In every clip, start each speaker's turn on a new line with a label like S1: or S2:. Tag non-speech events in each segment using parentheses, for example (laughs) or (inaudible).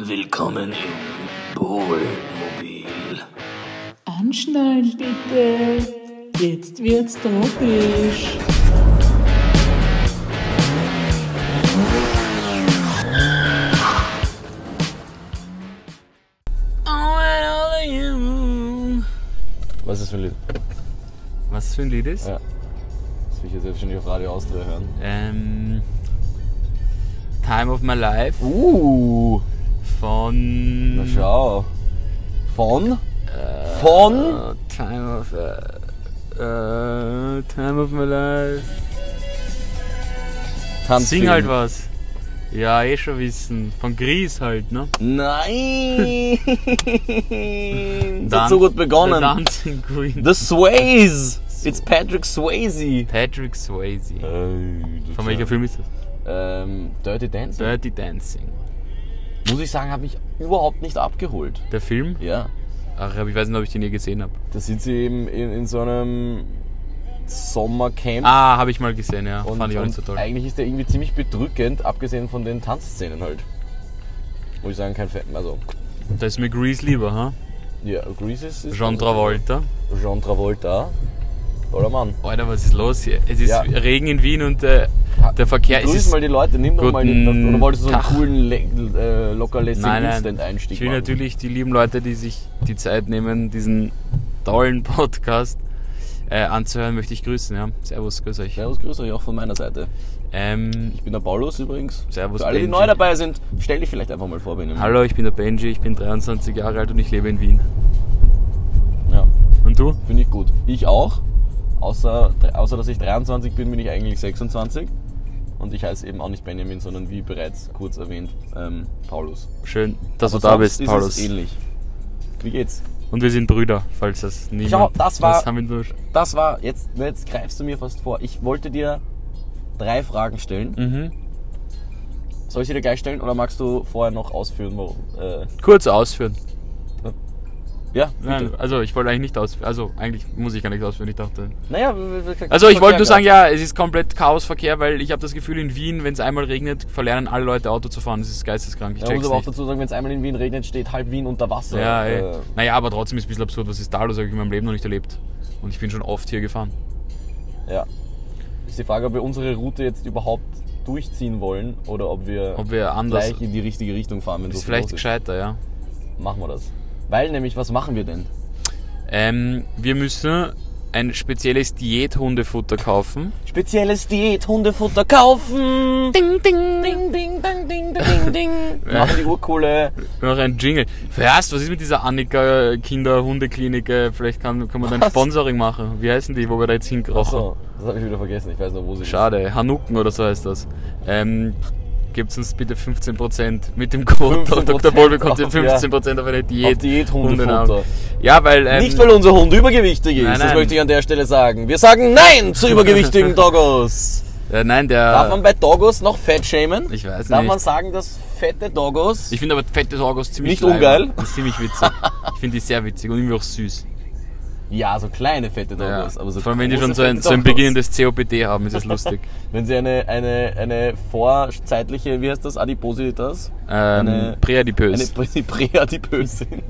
S1: Willkommen im Bullmobil.
S2: Anschnallen bitte. Jetzt wird's tropisch.
S3: Was ist das für ein Lied?
S4: Was das für ein Lied ist?
S3: Ja. Das will ich jetzt selbstständig auf Radio Austria hören.
S4: Ähm, Time of My Life
S3: Uh,
S4: von.
S3: na schau. Von? Von?
S4: Äh, Time of. Äh, äh, Time of My Life.
S3: Tanzfilm.
S4: Sing halt was. Ja, eh schon wissen. Von Gries halt, ne? (laughs)
S3: Nein! das hat
S4: Dann-
S3: so gut
S4: The
S3: begonnen.
S4: Dancing Queen.
S3: The Sways! It's Patrick Swayze.
S4: Patrick Swayze. Von welcher Film ist das?
S3: Ähm, Dirty Dancing.
S4: Dirty Dancing.
S3: Muss ich sagen, hat mich überhaupt nicht abgeholt.
S4: Der Film?
S3: Ja.
S4: Ach, aber ich weiß nicht, ob ich den je gesehen habe.
S3: Da sind sie eben in, in so einem Sommercamp.
S4: Ah, habe ich mal gesehen, ja.
S3: Und,
S4: Fand ich auch
S3: und
S4: nicht so toll.
S3: eigentlich ist der irgendwie ziemlich bedrückend, abgesehen von den Tanzszenen halt. Muss ich sagen, kein Fan. Also,
S4: Da ist mir Grease lieber, ha?
S3: ja, Grease ist. ist
S4: Jean Travolta.
S3: Jean Travolta. Toller Mann.
S4: Alter, was ist los hier? Es ist
S3: Ja.
S4: Regen in Wien und äh, der Verkehr es
S3: Grüß
S4: ist.
S3: mal die Leute, nimm doch mal
S4: Guten
S3: den. Oder wolltest du so einen
S4: Tag.
S3: coolen, le- äh, locker lässigen
S4: Nein, nein.
S3: Instant-Einstieg
S4: Ich will
S3: machen?
S4: natürlich die lieben Leute, die sich die Zeit nehmen, diesen tollen Podcast äh, anzuhören, möchte ich grüßen. Ja. Servus, grüß euch.
S3: Servus, grüß euch auch von meiner Seite.
S4: Ähm,
S3: Ich bin der Paulus übrigens.
S4: Servus,
S3: Für alle, die
S4: Benji.
S3: neu dabei sind, stell dich vielleicht einfach mal vor, Benjamin.
S4: hallo, ich bin der Benji, ich bin 23 Jahre alt und ich lebe in Wien.
S3: Ja,
S4: Und du?
S3: finde ich gut. Ich auch. Außer, außer, dass ich 23 bin, bin ich eigentlich 26. Und ich heiße eben auch nicht Benjamin, sondern wie bereits kurz erwähnt, ähm, Paulus.
S4: Schön, dass
S3: Aber
S4: du da
S3: sonst
S4: bist,
S3: ist Es
S4: Paulus.
S3: ähnlich. Wie geht's?
S4: Und wir sind Brüder, falls das niemand...
S3: hau- das war-
S4: Was haben wir nur...
S3: Das war, jetzt, jetzt greifst du mir fast vor. Ich wollte dir drei Fragen stellen.
S4: Mhm.
S3: Soll ich sie dir gleich stellen oder magst du vorher noch ausführen? Wo, äh,
S4: Kurz ausführen.
S3: ja, bitte.
S4: Nein, also ich wollte eigentlich nicht ausführen. Also eigentlich muss ich gar nicht ausführen, ich dachte...
S3: Naja, wir- wir- wir-
S4: Also ich wollte nur
S3: verkehren
S4: sagen, ja, es ist komplett Chaosverkehr, weil ich habe das Gefühl, in Wien, wenn es einmal regnet, verlernen alle Leute Auto zu fahren. Das ist geisteskrank. Ich
S3: grad. Man muss
S4: check's
S3: aber auch
S4: nicht.
S3: dazu sagen, wenn es einmal in Wien regnet, steht halb Wien unter Wasser.
S4: Ja,
S3: äh,
S4: ey. Naja, aber trotzdem ist es ein bisschen absurd. Was ist da los? Habe ich in meinem Leben noch nicht erlebt. Und ich bin schon oft hier gefahren.
S3: ja. Ist die Frage, ob wir unsere Route jetzt überhaupt durchziehen wollen oder ob wir,
S4: Ob wir anders...
S3: gleich in die richtige Richtung fahren, wenn so
S4: Ist
S3: viel
S4: vielleicht
S3: los
S4: gescheiter, ja.
S3: ist. Machen wir das. Weil nämlich, was machen wir denn?
S4: Ähm, wir müssen ein spezielles Diäthundefutter kaufen.
S3: Spezielles Diät-Hundefutter kaufen! Ding, ding, ding, ding, ding, ding, ding,
S4: (laughs)
S3: ding. Wir machen die Urkohle.
S4: Wir machen einen Jingle. Verhasst, was ist mit dieser Annika Kinder-Hundeklinik? Äh, Vielleicht kann, kann man da ein
S3: Was?
S4: Sponsoring machen. Wie heißen die, wo wir da jetzt hinkrochen?
S3: Achso, das habe ich wieder vergessen. Ich weiß noch, wo sie ist.
S4: Schade, Hanuken oder so heißt das. Ähm, Gebt uns bitte 15% mit dem Code
S3: 15%
S4: Dr. Boll bekommt ihr
S3: auf, ja.
S4: 15% auf eine Diät.
S3: Auf Diät-Hundefutter.
S4: Ja, weil. Ähm,
S3: Nicht, weil unser Hund übergewichtig ist,
S4: Nein,
S3: das
S4: nein.
S3: möchte ich an der Stelle sagen. Wir sagen Nein zu
S4: (laughs)
S3: übergewichtigen Doggos.
S4: äh, nein, der.
S3: Darf man bei Doggos noch Fett schämen?
S4: Ich weiß
S3: Darf
S4: nicht.
S3: man sagen, dass fette Doggos...
S4: ich finde aber fette Sorgos ziemlich
S3: Nicht
S4: geil.
S3: ungeil?
S4: Das ist ziemlich witzig. ich finde die sehr witzig und irgendwie auch süß.
S3: ja, so kleine fette
S4: Ja.
S3: Doggos. Aber so
S4: Vor allem, wenn die
S3: große
S4: schon so ein,
S3: fette
S4: so ein
S3: Doggos.
S4: beginnendes COPD haben, ist das lustig.
S3: Wenn sie eine, eine, eine vorzeitliche, wie heißt das, Adipositas? (laughs)
S4: Ähm,
S3: Eine- Eine
S4: Präadipös.
S3: Prä- die präadipös sind.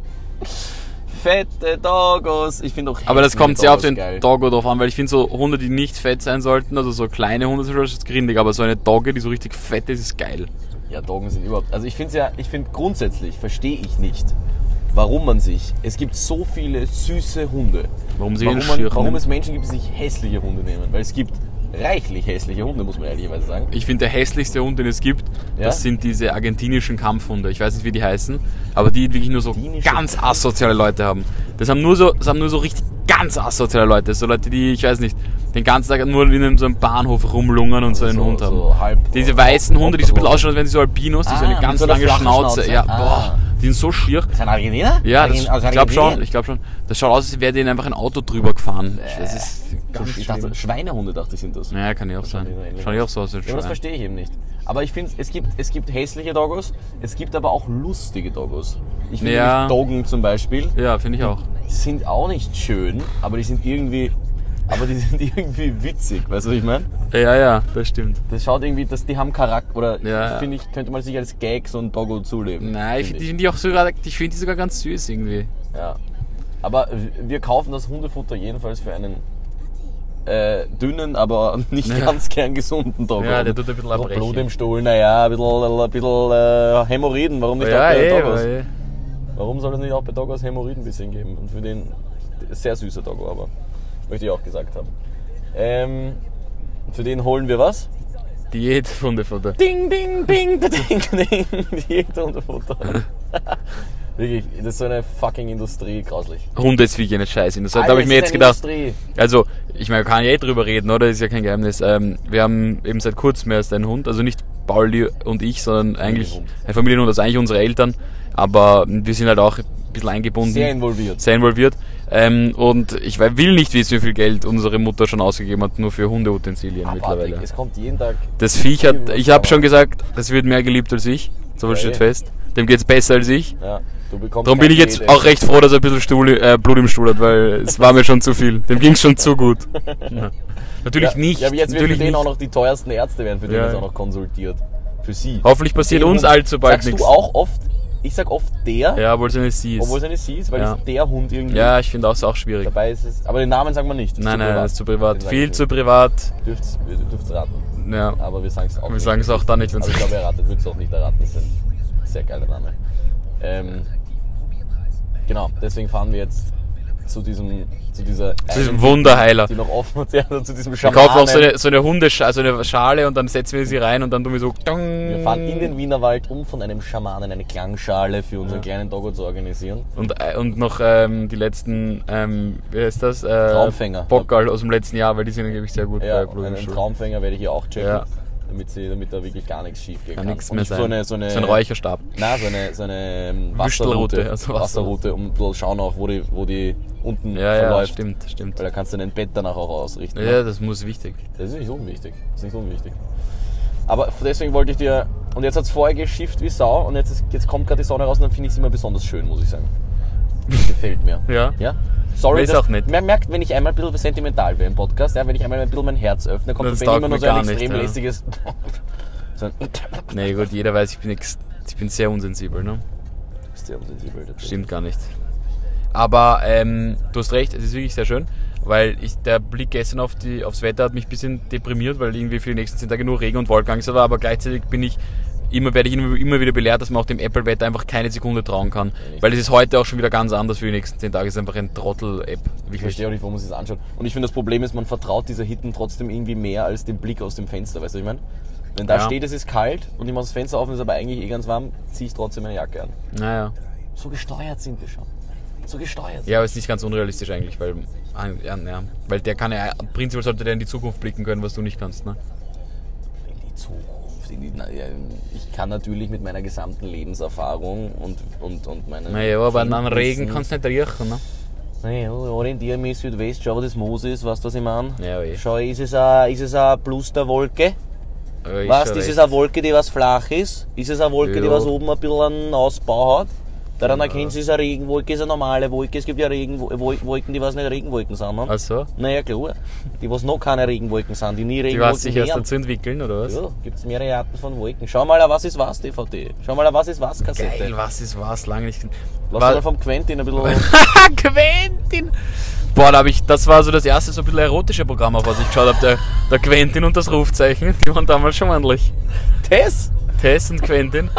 S3: (laughs) fette Doggos. Ich finde auch
S4: Aber das
S3: hässliche
S4: kommt sehr auf
S3: Doggos
S4: den
S3: geil.
S4: Doggo drauf an, weil ich finde so Hunde, die nicht fett sein sollten, also so kleine Hunde sind schon grindig, aber so eine Dogge, die so richtig fett ist, ist geil.
S3: Ja, Doggen sind überhaupt. Also ich finde ja, ich finde grundsätzlich verstehe ich nicht, warum man sich. Es gibt so viele süße Hunde.
S4: Warum sie
S3: Warum,
S4: den
S3: man,
S4: Schirr
S3: warum
S4: nehmen.
S3: es Menschen gibt, die sich hässliche Hunde nehmen? Weil es gibt reichlich hässliche Hunde, muss man ehrlicherweise sagen.
S4: Ich finde, der hässlichste Hund, den es gibt,
S3: Ja?
S4: das sind diese argentinischen Kampfhunde. Ich weiß nicht, wie die heißen, aber die wirklich nur so
S3: Argentinische
S4: ganz asoziale Leute haben. Das haben nur so, das haben nur so richtig ganz asoziale Leute. So Leute, die, ich weiß nicht, den ganzen Tag nur in so einem Bahnhof rumlungern und so einen
S3: so,
S4: Hund haben.
S3: Also So halb,
S4: Diese weißen Hunde, die so ein bisschen
S3: Obdachlose.
S4: ausschauen, als wären sie so Albinos, die so
S3: Ah,
S4: eine
S3: mit
S4: ganz
S3: so einer
S4: lange
S3: flachen
S4: Schnauze.
S3: Schnauze.
S4: Ja,
S3: Ah.
S4: boah, die sind so schier.
S3: Ist ein Argentinier?
S4: Ja, das,
S3: Argen- also aus
S4: ich glaube
S3: Argentinien?
S4: schon, ich glaube schon. Das schaut aus, als wäre denen einfach ein Auto drüber gefahren.
S3: Äh.
S4: Das ist Äh, ganz
S3: ich
S4: schlimm.
S3: dachte, Schweinehunde dachte ich sind das.
S4: Ja, kann ja auch sein. Schau ich auch so aus. als
S3: Ja, aber das
S4: Schwein.
S3: verstehe ich eben nicht. Aber ich finde, es gibt, es gibt hässliche Doggos, es gibt aber auch lustige Doggos. Ich finde
S4: Ja.
S3: nämlich Doggen zum Beispiel,
S4: Ja, finde ich auch.
S3: sind auch nicht schön, aber die sind irgendwie. aber die (laughs) sind irgendwie witzig, weißt du, was ich meine?
S4: Ja, ja, das stimmt.
S3: Das schaut irgendwie, das, die haben Charakter, oder
S4: Ja.
S3: finde ich, könnte man sich als Gag so ein Doggo zuleben.
S4: Nein, ich
S3: find
S4: finde die auch sogar, ich finde die sogar ganz süß irgendwie.
S3: Ja. Aber wir kaufen das Hundefutter jedenfalls für einen äh, dünnen, aber (laughs) nicht
S4: Ja.
S3: ganz kerngesunden Doggo.
S4: Ja, der tut ein bisschen abbrechen.
S3: Blut im Stuhl, naja, ein bisschen, ein bisschen äh, Hämorrhoiden. Warum nicht auch bei
S4: eh,
S3: Doggos?
S4: aber eh.
S3: Warum soll es nicht auch bei Doggos Hämorrhoiden ein bisschen geben? Und für den sehr süßer Doggo, aber möchte ich auch gesagt haben. Ähm, für den holen wir was?
S4: Diät von
S3: (laughs)
S4: der Futter.
S3: Ding, ding, ding, da, ding, ding. Diät unter Futter. (laughs) Wirklich, das ist so eine fucking Industrie, grauslich.
S4: Hunde ist wirklich eine Scheiße. Das
S3: Alter,
S4: habe ich mir
S3: es
S4: jetzt
S3: Ah, ist
S4: gedacht.
S3: eine Industrie.
S4: Also, ich meine, man kann ja eh drüber reden, oder? Ist ja kein Geheimnis. Ähm, wir haben eben seit kurzem erst einen Hund. Also nicht Pauli und ich, sondern eigentlich
S3: Familienhund.
S4: ein Familienhund, also eigentlich unsere Eltern. Aber wir sind halt auch ein bisschen eingebunden.
S3: Sehr involviert.
S4: sehr involviert. Ähm, und ich wei- will nicht wissen, wie viel Geld unsere Mutter schon ausgegeben hat, nur für Hundeutensilien
S3: Abartig.
S4: mittlerweile.
S3: Es kommt jeden Tag.
S4: Das Viech hat, ich habe schon gesagt, das wird mehr geliebt als ich. So viel
S3: Ja, eh.
S4: steht fest. Dem geht's besser als ich.
S3: Ja, du bekommst
S4: Darum bin ich jetzt auch recht froh, dass er ein bisschen Stuhl, äh, Blut im Stuhl hat, weil es war mir schon zu viel. Dem ging's schon zu gut.
S3: (laughs)
S4: Ja. Natürlich
S3: ja,
S4: nicht.
S3: Ja, aber jetzt wird für
S4: natürlich
S3: den
S4: nicht.
S3: auch noch die teuersten Ärzte werden, für den
S4: Ja.
S3: das auch noch konsultiert. Für sie.
S4: Hoffentlich passiert
S3: Den
S4: uns
S3: Hund.
S4: allzu bald
S3: Sagst
S4: nichts.
S3: du auch oft, ich sag oft der,
S4: Ja, obwohl es eine Sie ist.
S3: obwohl es eine sie ist, weil
S4: Ja.
S3: es der Hund irgendwie
S4: ja, ich finde das auch schwierig.
S3: dabei ist. Es, aber den Namen sagen wir nicht.
S4: Nein, nein, das ist zu privat. Viel zu
S3: privat.
S4: privat.
S3: Den sagen wir nicht. Dürft's- Ihr dürft es raten.
S4: Ja.
S3: Aber wir sagen es auch
S4: Wir
S3: nicht.
S4: sagen es auch dann nicht, wenn
S3: Aber ich
S4: (laughs)
S3: glaube, er ratet, würde es auch nicht erraten. Das ist ein sehr geiler Name. Ähm, genau, deswegen fahren wir jetzt zu diesem, zu dieser
S4: Zu diesem Wunderheiler.
S3: die noch offen ist, ja, also (laughs) zu diesem
S4: Wir
S3: Schamanen.
S4: kaufen auch so eine, so eine Hundeschale, so eine Schale und dann setzen wir sie rein und dann tun wir so.
S3: wir fahren in den Wienerwald, um von einem Schamanen eine Klangschale für unseren kleinen Doggo zu organisieren.
S4: Und, äh, und noch ähm, die letzten, ähm, wie heißt das? Äh,
S3: Traumfänger.
S4: Bockerl aus dem letzten Jahr, weil die sind angeblich sehr gut
S3: Ja,
S4: bei Blut im
S3: einen
S4: Stuhl.
S3: Traumfänger werde ich hier auch checken,
S4: Ja.
S3: damit, sie, damit da wirklich gar nichts schief geht.
S4: Kann
S3: kann.
S4: nichts
S3: Und
S4: mehr
S3: ich
S4: sein.
S3: So eine, so eine,
S4: so ein Räucherstab.
S3: Nein, so eine, so eine ähm,
S4: Wüstelroute,
S3: Wasserroute.
S4: also
S3: Wasserroute, um ein bisschen schauen auch, wo die, wo die unten
S4: Ja, ja,
S3: verläuft.
S4: stimmt, stimmt.
S3: Weil da kannst du dein Bett danach auch ausrichten.
S4: Ja, das muss wichtig.
S3: Das ist nicht unwichtig. Das ist nicht unwichtig. Aber deswegen wollte ich dir. Und jetzt hat es vorher geschifft wie Sau und jetzt, ist, jetzt kommt gerade die Sonne raus und dann finde ich es immer besonders schön, muss ich sagen. Gefällt mir.
S4: Ja.
S3: Ja? Sorry,
S4: Mir ist
S3: dass-
S4: auch nett.
S3: Man merkt, wenn ich einmal ein bisschen sentimental wäre im Podcast, ja, wenn ich einmal ein bisschen mein Herz öffne, kommt
S4: Das
S3: bei mir immer nur
S4: taugt mir
S3: so ein
S4: gar nicht,
S3: extrem
S4: ja.
S3: lässiges. (laughs) so ein. (laughs)
S4: Nee, gut, jeder weiß, ich bin, ex ich bin sehr unsensibel, ne?
S3: Bist du unsensibel, der Typ.
S4: Stimmt gar nicht. Aber ähm, du hast recht, es ist wirklich sehr schön, weil ich, der Blick gestern auf die, aufs Wetter hat mich ein bisschen deprimiert, weil irgendwie für die nächsten 10 Tage nur Regen und Wolkenangst war, aber gleichzeitig bin ich immer werde ich immer, immer wieder belehrt, dass man auch dem Apple-Wetter einfach keine Sekunde trauen kann, weil es ist heute auch schon wieder ganz anders für die nächsten 10 Tage, es ist einfach ein Trottel-App.
S3: Ich verstehe auch nicht, warum man sich das anschaut. Und ich finde, das Problem ist, man vertraut dieser Hitten trotzdem irgendwie mehr als dem Blick aus dem Fenster, weißt du, was ich meine? Wenn da
S4: Ja.
S3: steht, es ist kalt und ich mache das Fenster auf und es ist aber eigentlich eh ganz warm, ziehe ich trotzdem meine Jacke an.
S4: Naja.
S3: So gesteuert sind wir schon. So gesteuert.
S4: Ja, aber es ist nicht ganz unrealistisch eigentlich, weil, ja, ja, weil der kann ja, prinzipiell sollte der in die Zukunft blicken können, was du nicht kannst, ne?
S3: In die Zukunft. In die, na, ja, ich kann natürlich mit meiner gesamten Lebenserfahrung und, und, und meinen.
S4: Naja, aber an Regen
S3: Kenntnissen-
S4: kannst du nicht riechen, ne?
S3: Naja, orientiere mich Südwest, schau, wo das Moos ist, weißt du, was ich meine?
S4: Ja, eh.
S3: Schau, ist es eine, ist es eine Plusterwolke?
S4: Aber ist
S3: Was?
S4: schon
S3: Ist es
S4: recht.
S3: eine Wolke, die was flach ist? Ist es eine Wolke, die
S4: Ja.
S3: was oben ein bisschen einen Ausbau hat? Daran erkennst du, es ist eine Regenwolke, es ist eine normale Wolke. Es gibt ja Regenwolken, die was nicht Regenwolken sind. Ne?
S4: Ach so.
S3: Naja, klar. Die was noch keine Regenwolken sind, die nie
S4: Die
S3: Regenwolken
S4: was sich erst
S3: werden.
S4: dazu entwickeln, oder was?
S3: Ja, gibt es mehrere Arten von Wolken. Schau mal, ein was ist was DVD. Schau mal, ein was ist was Kassette.
S4: Geil, was ist was? Lange nicht.
S3: Lass
S4: War-
S3: mal vom Quentin ein bisschen.
S4: (laughs) Ha, Quentin! Boah, da hab ich, das war so das erste so ein bisschen erotische Programm, auf was ich geschaut habe. Der, der Quentin und das Rufzeichen, die waren damals schon ordentlich.
S3: Tess!
S4: Tess
S3: (laughs)
S4: und Quentin.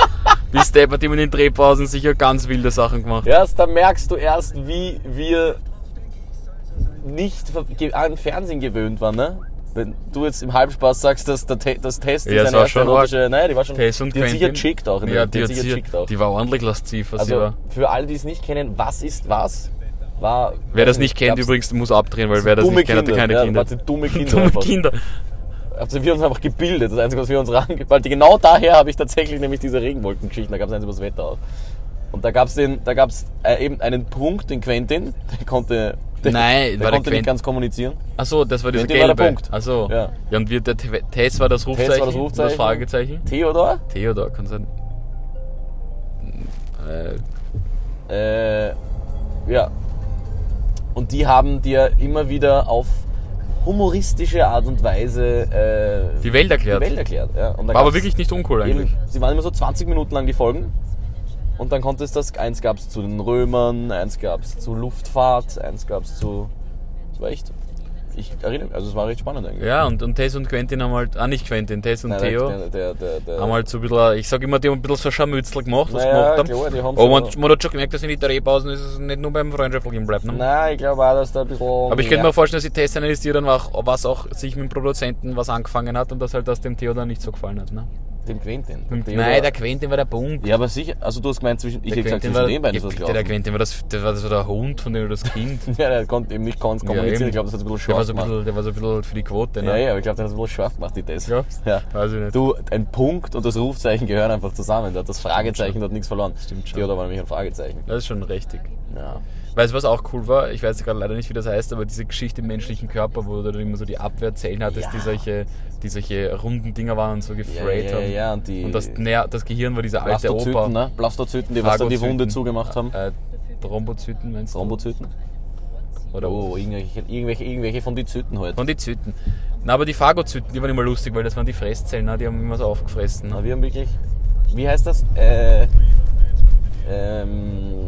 S4: Bis Depp hat immer in den Drehpausen sicher ganz wilde Sachen gemacht.
S3: Erst da merkst du erst, wie wir nicht ver- ge- an Fernsehen gewöhnt waren, ne? Wenn du jetzt im Halbspaß sagst, dass der Te das Test ist
S4: Ja, das
S3: eine
S4: war
S3: erste
S4: schon
S3: erotische, nein, die war schon,
S4: Tess und
S3: die hat
S4: Quentin.
S3: sicher chickt auch, ne?
S4: Ja, die, hat
S3: sicher
S4: sicher-
S3: chickt auch.
S4: Die war ordentlich lasziv, was sie
S3: also
S4: war.
S3: für alle, die es nicht kennen, was ist was? War,
S4: Wer das
S3: weiß
S4: nicht kennt,
S3: gab's
S4: übrigens muss abdrehen, weil wer das
S3: dumme
S4: nicht kennt, hat
S3: Kinder.
S4: keine
S3: ja,
S4: Kinder.
S3: warte,
S4: (laughs)
S3: dumme Kinder.
S4: Dumme
S3: einfach.
S4: Kinder.
S3: Also wir uns einfach gebildet. Das Einzige, was wir uns rangebildet Genau daher habe ich tatsächlich nämlich diese Regenwolkengeschichten. Da gab es eins über das Wetter auch. Und da gab es da gab's, äh, eben einen Punkt, den Quentin, der konnte, der, der
S4: Nein, war der
S3: konnte
S4: Quentin.
S3: nicht ganz kommunizieren.
S4: Achso, das war dieser
S3: Quentin war der
S4: gelbe.
S3: Punkt.
S4: Achso.
S3: Ja.
S4: ja, und wir, der Te- Tess war das Rufzeichen.
S3: Tess war das
S4: und
S3: Rufzeichen.
S4: Das Fragezeichen.
S3: Theodor?
S4: Theodor kann sein. Äh,
S3: Äh, ja. Und die haben dir immer wieder auf humoristische Art und Weise äh,
S4: Die Welt erklärt.
S3: die Welt erklärt. Ja. Und dann
S4: War aber
S3: gab's
S4: wirklich nicht uncool eigentlich.
S3: Eben, sie waren immer so 20 Minuten lang die Folgen. Und dann konnte es das, eins gab es zu den Römern, eins gab es zu Luftfahrt, eins gab es zu. Das war echt. Ich erinnere mich, also es war recht spannend eigentlich.
S4: Ja, und, und Tess und Quentin haben halt, ah nicht Quentin, Tess und
S3: Nein,
S4: Theo
S3: Der, der, der, der,
S4: haben halt so ein bisschen, ich sag immer, die haben ein bisschen so Scharmützel gemacht, was sie
S3: Naja,
S4: gemacht haben.
S3: klar, die haben
S4: aber man,
S3: schon-
S4: man hat schon gemerkt, dass in den Drehpausen ist es nicht nur beim Freundschaft liegen bleibt. Ne?
S3: Nein, ich glaube auch, dass da ein bisschen.
S4: Aber ich könnte mir vorstellen, dass die Tess eine ist, die dann auch, was auch sich mit dem Produzenten was angefangen hat und das halt aus dem Theo dann nicht so gefallen hat. Ne?
S3: Den Quentin.
S4: Nein, der Quentin war der Punkt.
S3: Ja, aber sicher. Also du hast gemeint, zwischen, ich hätte gesagt, zwischen
S4: war,
S3: den beiden ist eh
S4: Ja,
S3: was
S4: bitte, der
S3: gelaufen.
S4: Quentin war das, der, war das war der Hund von dem oder das Kind.
S3: (laughs) Ja, der konnte eben nicht ganz kommunizieren.
S4: eben.
S3: ich glaube, das hat ein bisschen
S4: der, war
S3: scharf
S4: so ein
S3: gemacht.
S4: bisschen, der war so ein bisschen für die Quote. Ne?
S3: Ja, ja, aber ich glaube, der hat ein bisschen scharf gemacht, die Tess.
S4: Glaubst du?
S3: Ja.
S4: Weiß ich nicht.
S3: Du, ein Punkt und das Rufzeichen gehören einfach zusammen. Das Fragezeichen hat nichts verloren.
S4: Stimmt schon.
S3: Die hat aber nämlich ein Fragezeichen.
S4: Das ist schon richtig.
S3: Ja.
S4: Weißt du, was auch cool war? Ich weiß gerade leider nicht, wie das heißt, aber diese Geschichte im menschlichen Körper, wo du dann immer so die Abwehrzellen hattest,
S3: Ja.
S4: die, solche, die solche runden Dinger waren und so
S3: Ja,
S4: gefrayt
S3: ja,
S4: haben.
S3: ja, und die-
S4: das, Ner- das Gehirn war dieser alte Opa.
S3: Blastozyten, ne? Blastozyten, die was dann die
S4: Phagozyten.
S3: Wunde zugemacht haben.
S4: Äh, Thrombozyten meinst du?
S3: Thrombozyten?
S4: Oder
S3: Oh, irgendwelche, irgendwelche, irgendwelche von den Zyten halt.
S4: Und die Zyten. Na, aber die Phagozyten, die waren immer lustig, weil das waren die Fresszellen, ne? die haben immer so aufgefressen.
S3: Na,
S4: Ne?
S3: wir haben wirklich. Wie heißt das? Äh, ähm,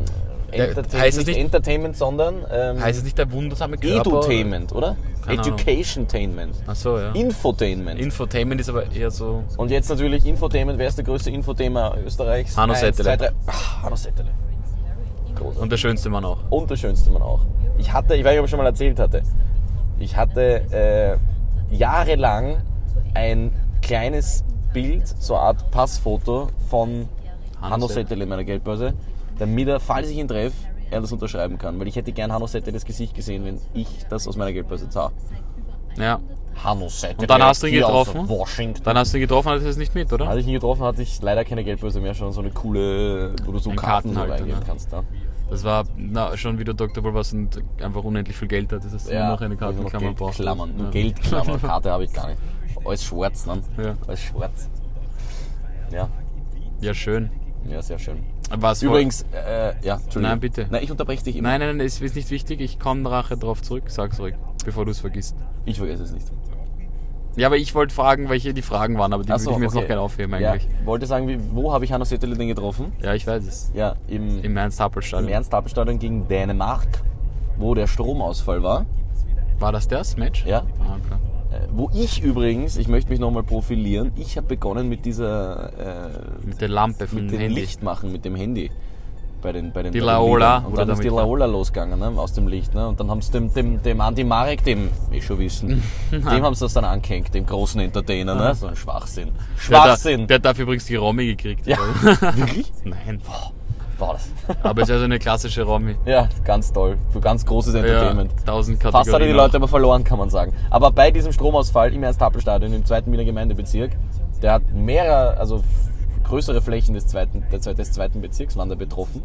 S4: Der-
S3: Entertain-
S4: heißt es
S3: nicht
S4: nicht-
S3: Entertainment, sondern ähm,
S4: Heißt es nicht der wundersame Körper?
S3: Edutainment, oder?
S4: Keine Ahnung.
S3: Educationtainment.
S4: Achso, ja.
S3: Infotainment.
S4: Infotainment ist aber eher so.
S3: Und jetzt natürlich Infotainment. Wer ist der größte Infotainer Österreichs?
S4: Hanno
S3: Eins,
S4: Settele.
S3: zwei, drei. Ah, Hanno Settele. Großartig.
S4: Und der schönste Mann auch.
S3: Und der schönste Mann auch. Ich hatte, ich weiß nicht, ob ich schon mal erzählt hatte, ich hatte äh, jahrelang ein kleines Bild, so eine Art Passfoto von
S4: Hanno
S3: Hanno
S4: Settel.
S3: Settel in meiner Geldbörse, damit er, falls ich ihn treffe, er das unterschreiben kann. Weil ich hätte gern Hanno Settel das Gesicht gesehen, wenn ich das aus meiner Geldbörse sah.
S4: Ja.
S3: Hanno Settel.
S4: Und dann hast du ihn
S3: hier aus
S4: getroffen?
S3: Washington.
S4: Dann hast du ihn getroffen, hattest du es nicht mit, oder?
S3: als ich ihn getroffen hatte, ich leider keine Geldbörse mehr, schon so eine coole, wo du so
S4: Ein
S3: Karten halt
S4: Kartenhalter,
S3: reingeben
S4: ne?
S3: kannst. Ja.
S4: Das war na, schon wieder Dr. Bolwas und einfach unendlich viel Geld hat. Das heißt, immer noch eine
S3: nur also noch
S4: Kartenklammer braucht.
S3: Geldklammern, nur
S4: Ja. (laughs)
S3: Geldklammern. Karte habe ich gar nicht. Alles schwarz, ne?
S4: Ja.
S3: Alles schwarz. Ja,
S4: Ja, schön.
S3: ja, sehr schön.
S4: Was
S3: Übrigens, äh, ja, Entschuldigung.
S4: Nein, bitte.
S3: Nein, ich unterbreche dich immer.
S4: Nein, nein, nein, es ist nicht wichtig. Ich komme nachher drauf zurück. Sag's ruhig, bevor du es vergisst.
S3: Ich vergesse es nicht.
S4: Ja, aber ich wollte fragen, welche die Fragen waren, aber die
S3: Ach
S4: will
S3: so,
S4: ich mir jetzt noch
S3: okay.
S4: gerne aufheben
S3: Ja,
S4: eigentlich.
S3: wollte sagen, wie, wo habe ich Hanno Settele denn getroffen?
S4: Ja, ich weiß es.
S3: Ja, im,
S4: Im ernst
S3: im
S4: stadion
S3: ernst stadion gegen Dänemark, wo der Stromausfall war.
S4: War das das Match?
S3: Ja.
S4: Ah, klar.
S3: Äh, Wo ich übrigens, ich möchte mich nochmal profilieren, ich habe begonnen mit dieser äh,
S4: Mit der Lampe vom
S3: mit dem
S4: Handy.
S3: Licht machen, mit dem Handy. Bei den, bei den,
S4: Die
S3: bei den
S4: Laola
S3: Liedern. Und
S4: wurde
S3: dann ist die
S4: damit klar.
S3: Laola losgegangen ne? aus dem Licht. Ne? Und dann haben sie dem, dem, dem Andi Marek, dem ich schon
S4: (laughs)
S3: wissen, dem haben sie das dann angehängt, dem großen Entertainer. Ne? So ein Schwachsinn.
S4: Der hat da-
S3: Schwachsinn!
S4: Der hat dafür übrigens die Romy gekriegt. (laughs)
S3: Ja. Wirklich?
S4: Nein.
S3: War das?
S4: Aber es ist also eine klassische Romy.
S3: Ja, ganz toll. Für ganz großes Entertainment.
S4: Ja, 1000 Kategorien.
S3: Fast hatte die
S4: auch.
S3: Leute aber verloren, kann man sagen. Aber bei diesem Stromausfall im Ernst-Happel-Stadion im zweiten Wiener Gemeindebezirk, der hat mehrere, also f- größere Flächen des zweiten, der, zweit- des zweiten Bezirks waren da betroffen.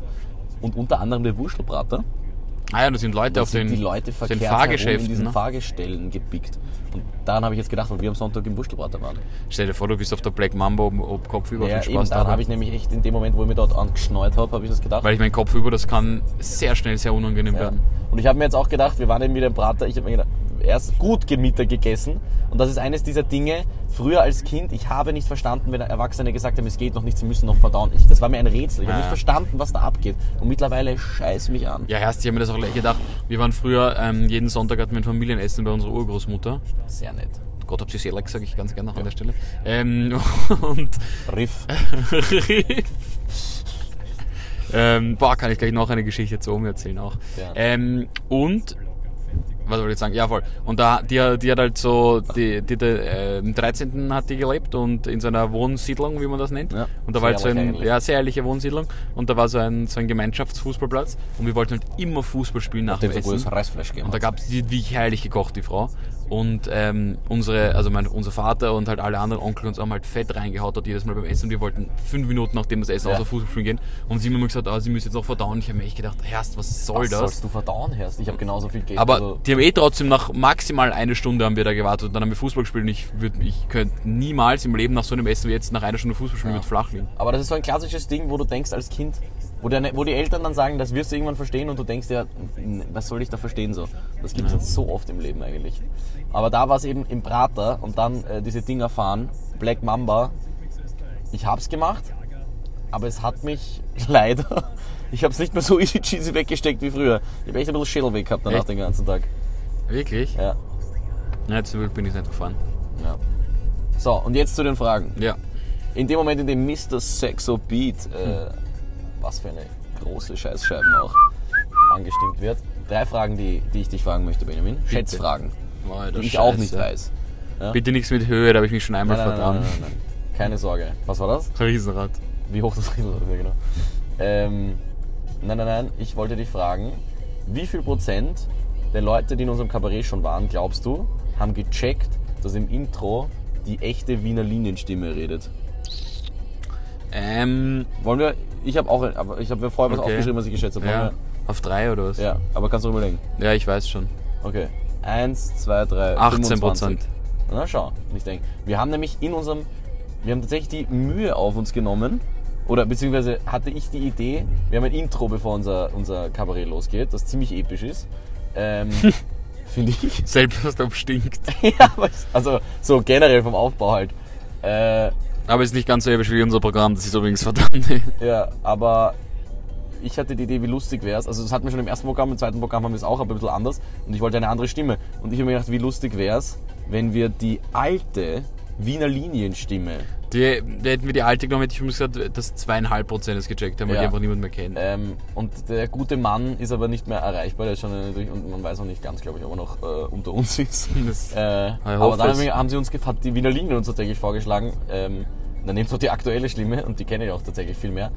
S3: Und unter anderem der Wurschelbrater.
S4: Ah ja, da sind Leute
S3: Da
S4: auf
S3: sind
S4: den,
S3: die Leute
S4: auf den
S3: verkehrt herum in
S4: Fahrgeschäften.
S3: diesen
S4: Ne?
S3: Fahrgestellen gepickt. Und daran habe ich jetzt gedacht, weil wir am Sonntag im Wurschelbrater waren.
S4: Stell dir vor, du bist auf der Black um, Mamba oben, ob kopfüber
S3: Ja,
S4: viel
S3: eben,
S4: Spaß
S3: daran
S4: dabei.
S3: habe ich ne- nämlich echt in dem Moment, wo ich mir dort angeschnallt habe, habe ich das gedacht.
S4: Weil ich mein Kopfüber, das kann sehr schnell sehr unangenehm
S3: Ja.
S4: werden.
S3: Und ich habe mir jetzt auch gedacht, wir waren eben wieder im Prater, ich habe mir gedacht, erst gut Gemieter gegessen. Und das ist eines dieser Dinge, früher als Kind, ich habe nicht verstanden, wenn Erwachsene gesagt haben, es geht noch nicht, sie müssen noch verdauen. Ich, das war mir ein Rätsel. Ich habe
S4: Ja.
S3: nicht verstanden, was da abgeht. Und mittlerweile scheiß mich an.
S4: Ja, erst, ich habe mir das auch gleich gedacht. Wir waren früher, ähm, jeden Sonntag hatten wir ein Familienessen bei unserer Urgroßmutter.
S3: Sehr nett.
S4: Gott hab sie selig, sage ich ganz gerne noch an der Stelle. Ähm, (laughs) und
S3: Riff.
S4: (laughs) ähm, boah, kann ich gleich noch eine Geschichte zu Omi erzählen auch.
S3: Ja.
S4: Ähm, und was wollte ich jetzt sagen? Ja, voll. Und da, die, die hat halt so, die, die, die, äh, im 13. hat die gelebt und in so einer Wohnsiedlung, wie man das nennt.
S3: Ja,
S4: Und da war halt
S3: sehr
S4: so ein,
S3: ehrlich.
S4: ja, sehr ehrliche Wohnsiedlung. Und da war so ein, so ein Gemeinschaftsfußballplatz. Und wir wollten halt immer Fußball spielen nach dem
S3: Dem so
S4: Essen.
S3: gutes Reisfleisch
S4: Und da
S3: gemacht.
S4: gab es die, wie herrlich gekocht, die Frau. Und ähm, unsere, also mein, unser Vater und halt alle anderen Onkel und so haben halt fett reingehaut dort jedes Mal beim Essen. Und wir wollten fünf Minuten nachdem das Essen
S3: Ja.
S4: außer Fußball spielen gehen. Und sie haben immer gesagt, ah, sie müssen jetzt noch verdauen. Ich habe mir echt gedacht, Herrst, was soll
S3: Was
S4: das?
S3: sollst du verdauen, Herrst? Ich habe genauso viel Geld.
S4: Aber
S3: also,
S4: die haben eh trotzdem nach maximal eine Stunde haben wir da gewartet und dann haben wir Fußball gespielt und ich, würd, ich könnte niemals im Leben nach so einem Essen wie jetzt nach einer Stunde Fußball spielen, ja. flach liegen.
S3: aber das ist so ein klassisches Ding, wo du denkst als Kind, Wo, deine, wo die Eltern dann sagen, das wirst du irgendwann verstehen und du denkst ja, n- was soll ich da verstehen so? Das gibt es so oft im Leben eigentlich. Aber da war es eben im Prater und dann äh, diese Dinger fahren, Black Mamba. Ich hab's gemacht, aber es hat mich (laughs) leider, ich hab's nicht mehr so easy cheesy weggesteckt wie früher. Ich habe echt ein bisschen Schädel weg gehabt danach
S4: Echt?
S3: den ganzen Tag.
S4: Wirklich?
S3: Ja,
S4: Nein, zum Glück bin ich nicht gefahren.
S3: ja. So, und jetzt zu den Fragen.
S4: Ja.
S3: In dem Moment, in dem Mr. Sexo Beat, äh, was für eine große Scheißscheiben auch, angestimmt wird. Drei Fragen, die, die ich dich fragen möchte, Benjamin. Schätzfragen,
S4: Boah,
S3: die ich auch nicht weiß.
S4: Bitte nichts mit Höhe, da habe ich mich schon einmal
S3: Nein, nein, nein,
S4: vertan.
S3: nein, nein, nein. Keine Sorge. Was war das?
S4: Riesenrad.
S3: Wie hoch das Riesel ist, ja genau. Ähm, nein, nein, nein, ich wollte dich fragen, wie viel Prozent der Leute, die in unserem Kabarett schon waren, glaubst du, haben gecheckt, dass im Intro die echte Wiener Linienstimme redet?
S4: Ähm,
S3: Wollen wir, ich habe auch, aber ich habe vorher was
S4: Okay.
S3: aufgeschrieben, was ich geschätzt habe.
S4: ja.
S3: Wollen
S4: Auf drei oder was?
S3: wir- ja, aber kannst du überlegen.
S4: Ja, ich weiß schon.
S3: Okay. Eins, zwei, drei,
S4: 18
S3: 25.
S4: Prozent.
S3: Na schau, nicht denken. Wir haben nämlich in unserem, wir haben tatsächlich die Mühe auf uns genommen, oder beziehungsweise hatte ich die Idee, wir haben ein Intro, bevor unser, unser Kabarett losgeht, das ziemlich episch ist. Ähm,
S4: (laughs)
S3: Finde ich.
S4: Selbst was da stinkt.
S3: ja, aber es- also so generell vom Aufbau halt. Äh,
S4: Aber ist nicht ganz so episch wie unser Programm, das ist übrigens verdammt.
S3: Ja, aber ich hatte die Idee, wie lustig wär's. Also das hatten wir schon im ersten Programm, im zweiten Programm haben wir es auch, aber ein bisschen anders. Und ich wollte eine andere Stimme. Und ich habe mir gedacht, wie lustig wär's, wenn wir die alte Wiener Linienstimme,
S4: (laughs) Die, die hätten wir die alte genommen, hätte ich übrigens gesagt, dass zweieinhalb Prozent es gecheckt haben, weil
S3: Ja.
S4: die einfach niemand mehr kennt.
S3: ähm, und der gute Mann ist aber nicht mehr erreichbar, der ist schon natürlich, und man weiß auch nicht ganz, glaube ich, ob er noch äh, unter uns ist.
S4: Das-
S3: Äh, aber
S4: hoffe
S3: dann haben,
S4: es.
S3: wir, haben sie uns gef- hat die Wiener Linie uns tatsächlich vorgeschlagen. Ähm, dann nehmt doch die aktuelle Stimme und die kenne ich auch tatsächlich viel mehr.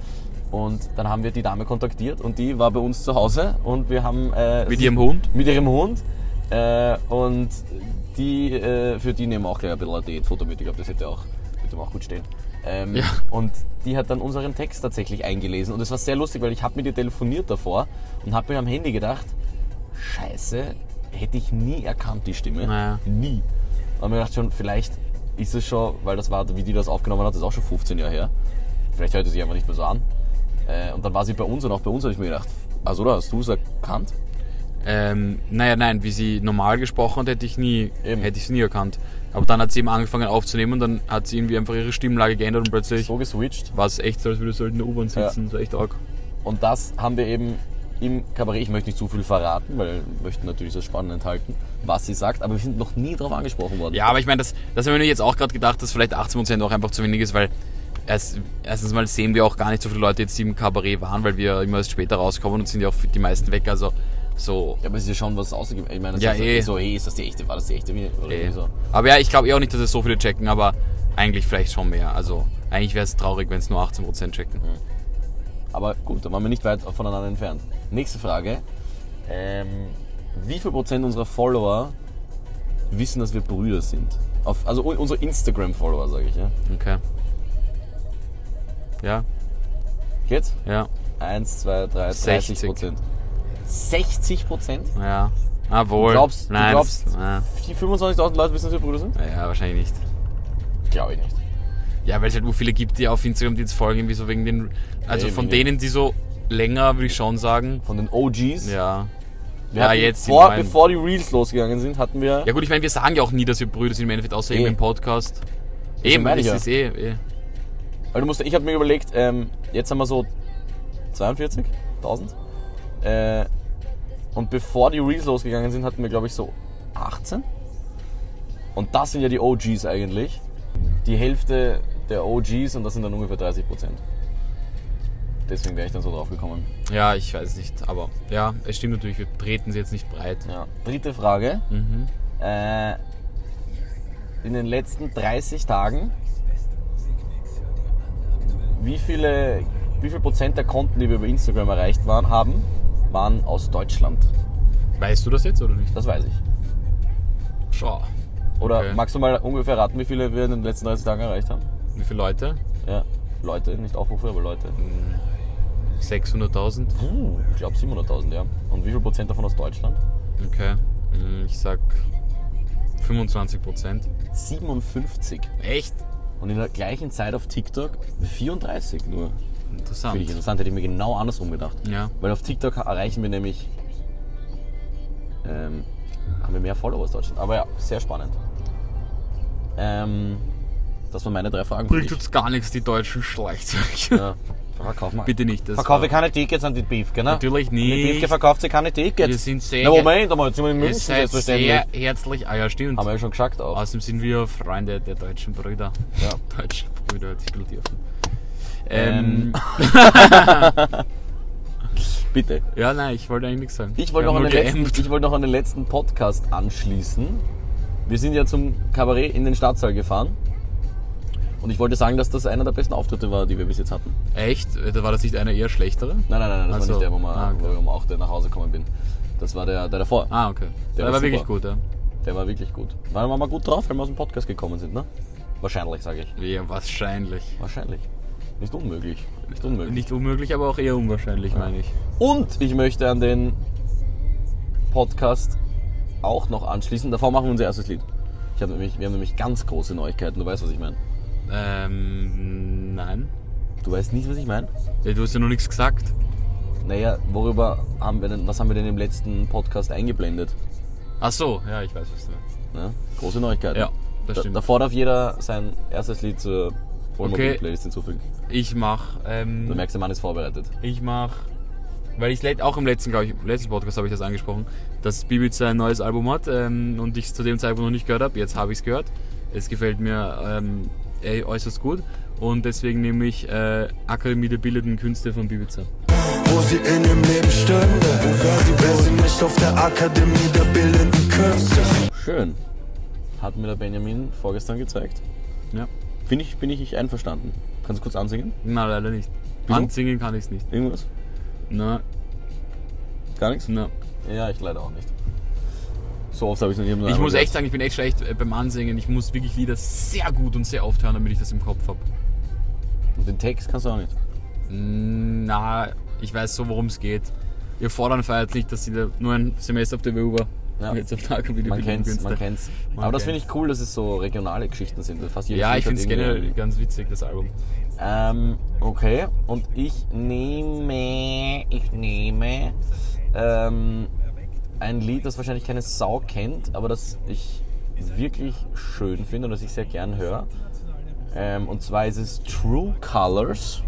S3: Und dann haben wir die Dame kontaktiert und die war bei uns zu Hause und wir haben äh,
S4: Mit ihrem Hund?
S3: mit ihrem Hund äh, und die äh, für die nehmen wir auch gleich ein bisschen ein Diätfoto mit. Ich glaube, das hätte auch hätte mir auch gut stehen. Ähm,
S4: Ja.
S3: Und die hat dann unseren Text tatsächlich eingelesen und es war sehr lustig, weil ich habe mit ihr telefoniert davor und habe mir am Handy gedacht, Scheiße, hätte ich nie erkannt, die Stimme.
S4: Naja.
S3: Nie. Und mir dachte schon, vielleicht ist es schon, weil das war, wie die das aufgenommen hat, das ist auch schon 15 Jahre her. Vielleicht hört es sich einfach nicht mehr so an. Äh, und dann war sie bei uns und auch bei uns habe ich mir gedacht, also oder hast du es erkannt?
S4: Ähm, naja, nein, wie sie normal gesprochen hat, hätte ich nie,
S3: Eben.
S4: hätte ich sie nie erkannt. Aber dann hat sie eben angefangen aufzunehmen und dann hat sie irgendwie einfach ihre Stimmlage geändert und plötzlich
S3: So geswitcht.
S4: war es echt so, als würdest du halt in der U-Bahn sitzen. Das war echt arg.
S3: Und das haben wir eben im Kabarett, ich möchte nicht zu viel verraten, weil wir möchten natürlich das Spannende enthalten, was sie sagt, aber wir sind noch nie darauf angesprochen worden.
S4: Ja, aber ich meine, das, das haben wir jetzt auch gerade gedacht, dass vielleicht 18% auch einfach zu wenig ist, weil erst, erstens mal sehen wir auch gar nicht so viele Leute jetzt, die im Kabarett waren, weil wir immer erst später rauskommen und sind ja auch die meisten weg. Also so
S3: Ja, aber es ist ja schon was ausgegeben. Ich meine, das
S4: Ja,
S3: ist
S4: eh.
S3: so, hey, ist das die echte, war das die echte? Oder irgendwie
S4: Eh.
S3: so.
S4: Aber ja, ich glaube eh auch nicht, dass es so viele checken, aber eigentlich vielleicht schon mehr. Also eigentlich wäre es traurig, wenn es nur 18% checken.
S3: Mhm. Aber gut, da waren wir nicht weit voneinander entfernt. Nächste Frage. Ähm, wie viel Prozent unserer Follower wissen, dass wir Brüder sind? Auf, also un- unsere Instagram-Follower, sage ich. Ja.
S4: Okay. Ja,
S3: Geht's?
S4: ja,
S3: 1, 2, 3, 30
S4: 60.
S3: Prozent. 60 Prozent?
S4: ja. Ah, wohl.
S3: Du glaubst- du
S4: Nein, das-
S3: glaubst-
S4: ah,
S3: Die 25.000 Leute wissen, dass wir Brüder sind?
S4: ja, wahrscheinlich nicht.
S3: Glaube ich nicht.
S4: Ja, weil es halt wo viele gibt, die auf Instagram die jetzt folgen, irgendwie so wegen den. Also
S3: Eben,
S4: von
S3: ja.
S4: denen, die so länger, würde ich schon sagen.
S3: Von den OGs?
S4: Ja.
S3: Wir
S4: Ja,
S3: hatten
S4: jetzt die
S3: Vor,
S4: neuen.
S3: bevor die Reels losgegangen sind, hatten wir.
S4: Ja, gut, ich meine, wir sagen ja auch nie, dass wir Brüder sind im Endeffekt, außer
S3: Eh.
S4: eben im Podcast. Eben,
S3: meine
S4: das
S3: ich
S4: ist eh, eh.
S3: Weil du musst, ich habe mir überlegt, ähm, jetzt haben wir so 42.000. Äh, und bevor die Reels losgegangen sind, hatten wir, glaube ich, so 18. Und das sind ja die OGs eigentlich. Die Hälfte der OGs und das sind dann ungefähr 30 Prozent. Deswegen wäre ich dann so drauf gekommen.
S4: Ja, ich weiß nicht, aber ja, es stimmt natürlich, wir treten sie jetzt nicht breit.
S3: Ja. Dritte Frage.
S4: Mhm.
S3: Äh, in den letzten 30 Tagen, wie viele, wie viel Prozent der Konten, die wir über Instagram erreicht waren, haben, waren aus Deutschland?
S4: Weißt du das jetzt oder nicht?
S3: Das weiß ich.
S4: Schau.
S3: Oder
S4: Okay.
S3: magst du mal ungefähr raten, wie viele wir in den letzten 30 Tagen erreicht haben?
S4: Wie viele Leute?
S3: Ja, Leute, nicht Aufrufe, aber Leute.
S4: 600.000?
S3: Uh, ich glaube 700.000, ja. Und wie viel Prozent davon aus Deutschland?
S4: Okay. Hm, Ich sag 25 Prozent.
S3: 57.
S4: Echt?
S3: und in der gleichen Zeit auf TikTok 34 nur.
S4: Interessant.
S3: Finde ich interessant, hätte ich mir genau andersrum gedacht.
S4: Ja.
S3: Weil auf TikTok erreichen wir nämlich. Ähm, haben wir mehr Follower aus Deutschland. Aber ja, sehr spannend. Ähm, das waren meine drei Fragen. für
S4: Bringt
S3: dich.
S4: uns gar nichts, die deutschen Schlagzeuge.
S3: Ja. Verkauf mal.
S4: Bitte nicht. Das
S3: Verkaufe
S4: war-
S3: keine Tickets an die Biefke, ne?
S4: Natürlich
S3: Die
S4: nicht.
S3: Biefke verkauft sie keine Tickets.
S4: Wir sind sehr-
S3: Na, Moment einmal, jetzt sind wir in
S4: Ihr
S3: München
S4: seid
S3: selbstverständlich.
S4: sehr herzlich. Ah ja, stimmt.
S3: Haben wir ja schon gesagt auch.
S4: Außerdem sind wir Freunde der deutschen Brüder. (laughs)
S3: Ja.
S4: Deutsche Brüder, hätte ich blutiert.
S3: Ähm. (laughs)
S4: Ähm, (laughs)
S3: Bitte.
S4: ja, nein, ich wollte eigentlich nichts sagen.
S3: Ich wollte
S4: Wir
S3: noch, an
S4: haben
S3: den
S4: nur
S3: letzten,
S4: geämmt.
S3: ich wollte noch an den letzten Podcast anschließen. Wir sind ja zum Kabarett in den Stadtsaal gefahren. Und ich wollte sagen, dass das einer der besten Auftritte war, die wir bis jetzt hatten.
S4: Echt? Äh, Da war das nicht einer eher schlechtere?
S3: Nein, nein, nein, nein das war
S4: Ach so.
S3: nicht der, wo, man,
S4: Ah, okay.
S3: wo ich um 8 Uhr nach Hause gekommen bin. Das war der, der davor.
S4: Ah, okay.
S3: Der
S4: Der,
S3: war
S4: war wirklich
S3: super.
S4: gut, ja.
S3: Der war wirklich gut. Waren wir mal gut drauf, wenn wir aus dem Podcast gekommen sind, ne? Wahrscheinlich, sage ich.
S4: Ja, wahrscheinlich.
S3: Wahrscheinlich. Nicht unmöglich. Nicht unmöglich.
S4: Nicht unmöglich, aber auch eher unwahrscheinlich, meine ich.
S3: Und ich möchte an den Podcast auch noch anschließen. Davor machen wir unser erstes Lied. Ich hab nämlich, wir haben nämlich ganz große Neuigkeiten. Du weißt, was ich meine.
S4: Ähm, nein.
S3: Du weißt nicht, was ich meine?
S4: Ja, du hast ja noch nichts gesagt.
S3: Naja, worüber haben wir denn, was haben wir denn im letzten Podcast eingeblendet?
S4: Ach so, ja, ich weiß, was du meinst.
S3: Ne? Große Neuigkeiten.
S4: Ja, das stimmt.
S3: davor darf jeder sein erstes Lied zur
S4: Okay.
S3: Wohnmobil-Playlist hinzufügen.
S4: Ich mach, ähm,
S3: Du merkst, der Mann ist vorbereitet.
S4: Ich mach, weil ich let- auch im letzten, glaube ich, im letzten Podcast habe ich das angesprochen, dass Bibiza ein neues Album hat ähm, und ich es zu dem Zeitpunkt noch nicht gehört habe. Jetzt habe ich es gehört. Es gefällt mir ähm, äh, äußerst gut und deswegen nehme ich äh, Akademie der Bildenden Künste von Bibiza.
S5: wo sie in ihrem Leben stünde. Wo wäre sie, wäre sie nicht auf der Akademie der bildenden Künste?
S3: Schön. Hat mir der Benjamin vorgestern gezeigt.
S4: Ja.
S3: Finde ich, bin ich einverstanden. Kannst du kurz ansingen?
S4: Na, leider nicht.
S3: Wieso?
S4: Ansingen kann ich es nicht.
S3: Irgendwas?
S4: Na,
S3: Gar nichts?
S4: na.
S3: Ja, ich leider auch nicht. So oft habe ich es noch nie.
S4: Ich muss echt sagen, ich bin echt schlecht äh, beim Ansingen. Ich muss wirklich Lieder sehr gut und sehr oft hören, damit ich das im Kopf habe.
S3: Und den Text kannst du auch nicht.
S4: Na, ich weiß so, worum es geht. Ihr fordern feiert nicht, dass sie da nur ein Semester auf der WU war.
S3: Ja.
S4: Jetzt auf der Akademie der
S3: Man
S4: Bildenden
S3: kennt's, man
S4: Künste.
S3: kennt's.
S4: Man
S3: Aber das finde
S4: kennt's.
S3: ich cool, dass es so regionale Geschichten sind. Fast jedes
S4: Ja,
S3: Lied
S4: ich
S3: hat
S4: finde es
S3: irgendwie-
S4: generell ganz witzig, das Album.
S3: Ähm, okay. Und ich nehme, ich nehme ähm, ein Lied, das wahrscheinlich keine Sau kennt, aber das ich wirklich schön finde und das ich sehr gern höre. Ähm, und zwar ist es True Colors,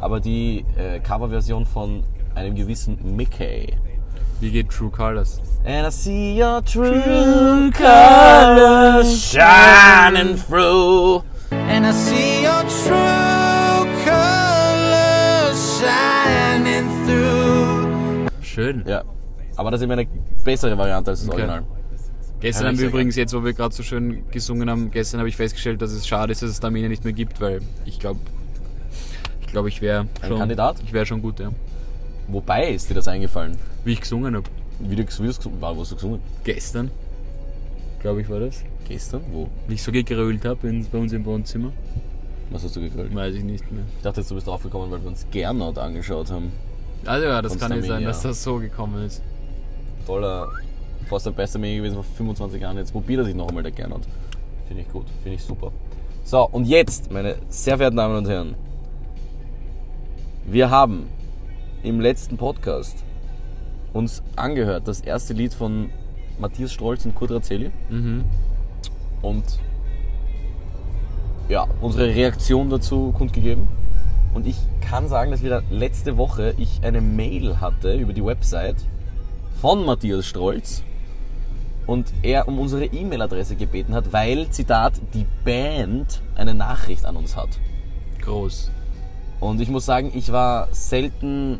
S3: aber die äh, Coverversion von einem gewissen Mickey.
S4: Wie geht True Colors?
S3: And I see your true colors shining through.
S5: And I see your true colors shining through.
S4: Schön.
S3: Ja, aber das ist immer eine bessere Variante als das
S4: Okay.
S3: Original.
S4: Gestern
S3: Ja,
S4: haben
S3: sehr
S4: wir übrigens, jetzt wo wir gerade so schön gesungen haben, gestern habe ich festgestellt, dass es schade ist, dass es Tamine nicht mehr gibt, weil ich glaube, ich glaube, ich wäre schon.
S3: Kandidat?
S4: Ich wäre schon gut, ja.
S3: Wobei ist dir das eingefallen?
S4: Wie ich gesungen habe.
S3: Wie du, ges- wie du gesungen war, wo hast du gesungen?
S4: Gestern, glaube ich, war das.
S3: Gestern? Wo?
S4: Wie ich so gegrölt habe in- bei uns im Wohnzimmer.
S3: Was hast du gegrillt?
S4: Weiß ich nicht mehr.
S3: Ich dachte jetzt, du bist draufgekommen, weil wir uns Gernot angeschaut haben.
S4: Also ja, das
S3: Von
S4: kann ja sein,
S3: Stamina.
S4: dass das so gekommen ist.
S3: Toller, fast der beste Menge gewesen vor 25 Jahren. Jetzt probiert er sich noch einmal, der Gernot. Finde ich gut, finde ich super. So, und jetzt, meine sehr verehrten Damen und Herren, wir haben im letzten Podcast uns angehört, das erste Lied von Matthias Strolz und Kurt Razzelli. Und ja, unsere Reaktion dazu kundgegeben. Und ich kann sagen, dass wieder letzte Woche ich eine Mail hatte über die Website von Matthias Strolz und er um unsere E-Mail-Adresse gebeten hat, weil, Zitat, die Band eine Nachricht an uns hat.
S4: Groß.
S3: Und ich muss sagen, ich war selten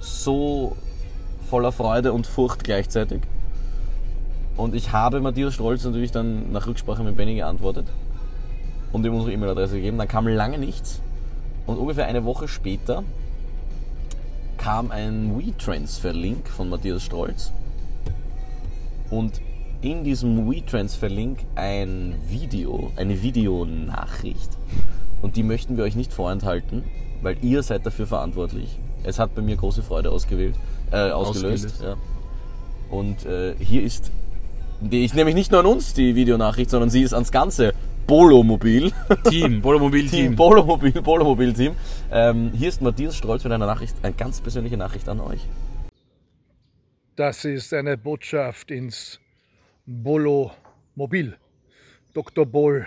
S3: so voller Freude und Furcht gleichzeitig. Und ich habe Matthias Strolz natürlich dann nach Rücksprache mit Benny geantwortet und ihm unsere E-Mail-Adresse gegeben. Dann kam lange nichts. Und ungefähr eine Woche später kam ein WeTransfer-Link von Matthias Strolz. Und in diesem WeTransfer-Link ein Video, eine Videonachricht. Und die möchten wir euch nicht vorenthalten, weil ihr seid dafür verantwortlich. Es hat bei mir große Freude ausgewählt, äh, ausgelöst.
S4: Ausgelöst.
S3: Ja. Und äh, hier ist, die ist nämlich nicht nur an uns die Videonachricht, sondern sie ist ans ganze Polomobil. (laughs)
S4: Team, Polomobil-Team.
S3: Team Polomobil, Polomobil-Team. Ähm, hier ist Matthias Strolz mit einer Nachricht, eine ganz persönliche Nachricht an euch.
S6: Das ist eine Botschaft ins Bolo Mobil. Dr. Boll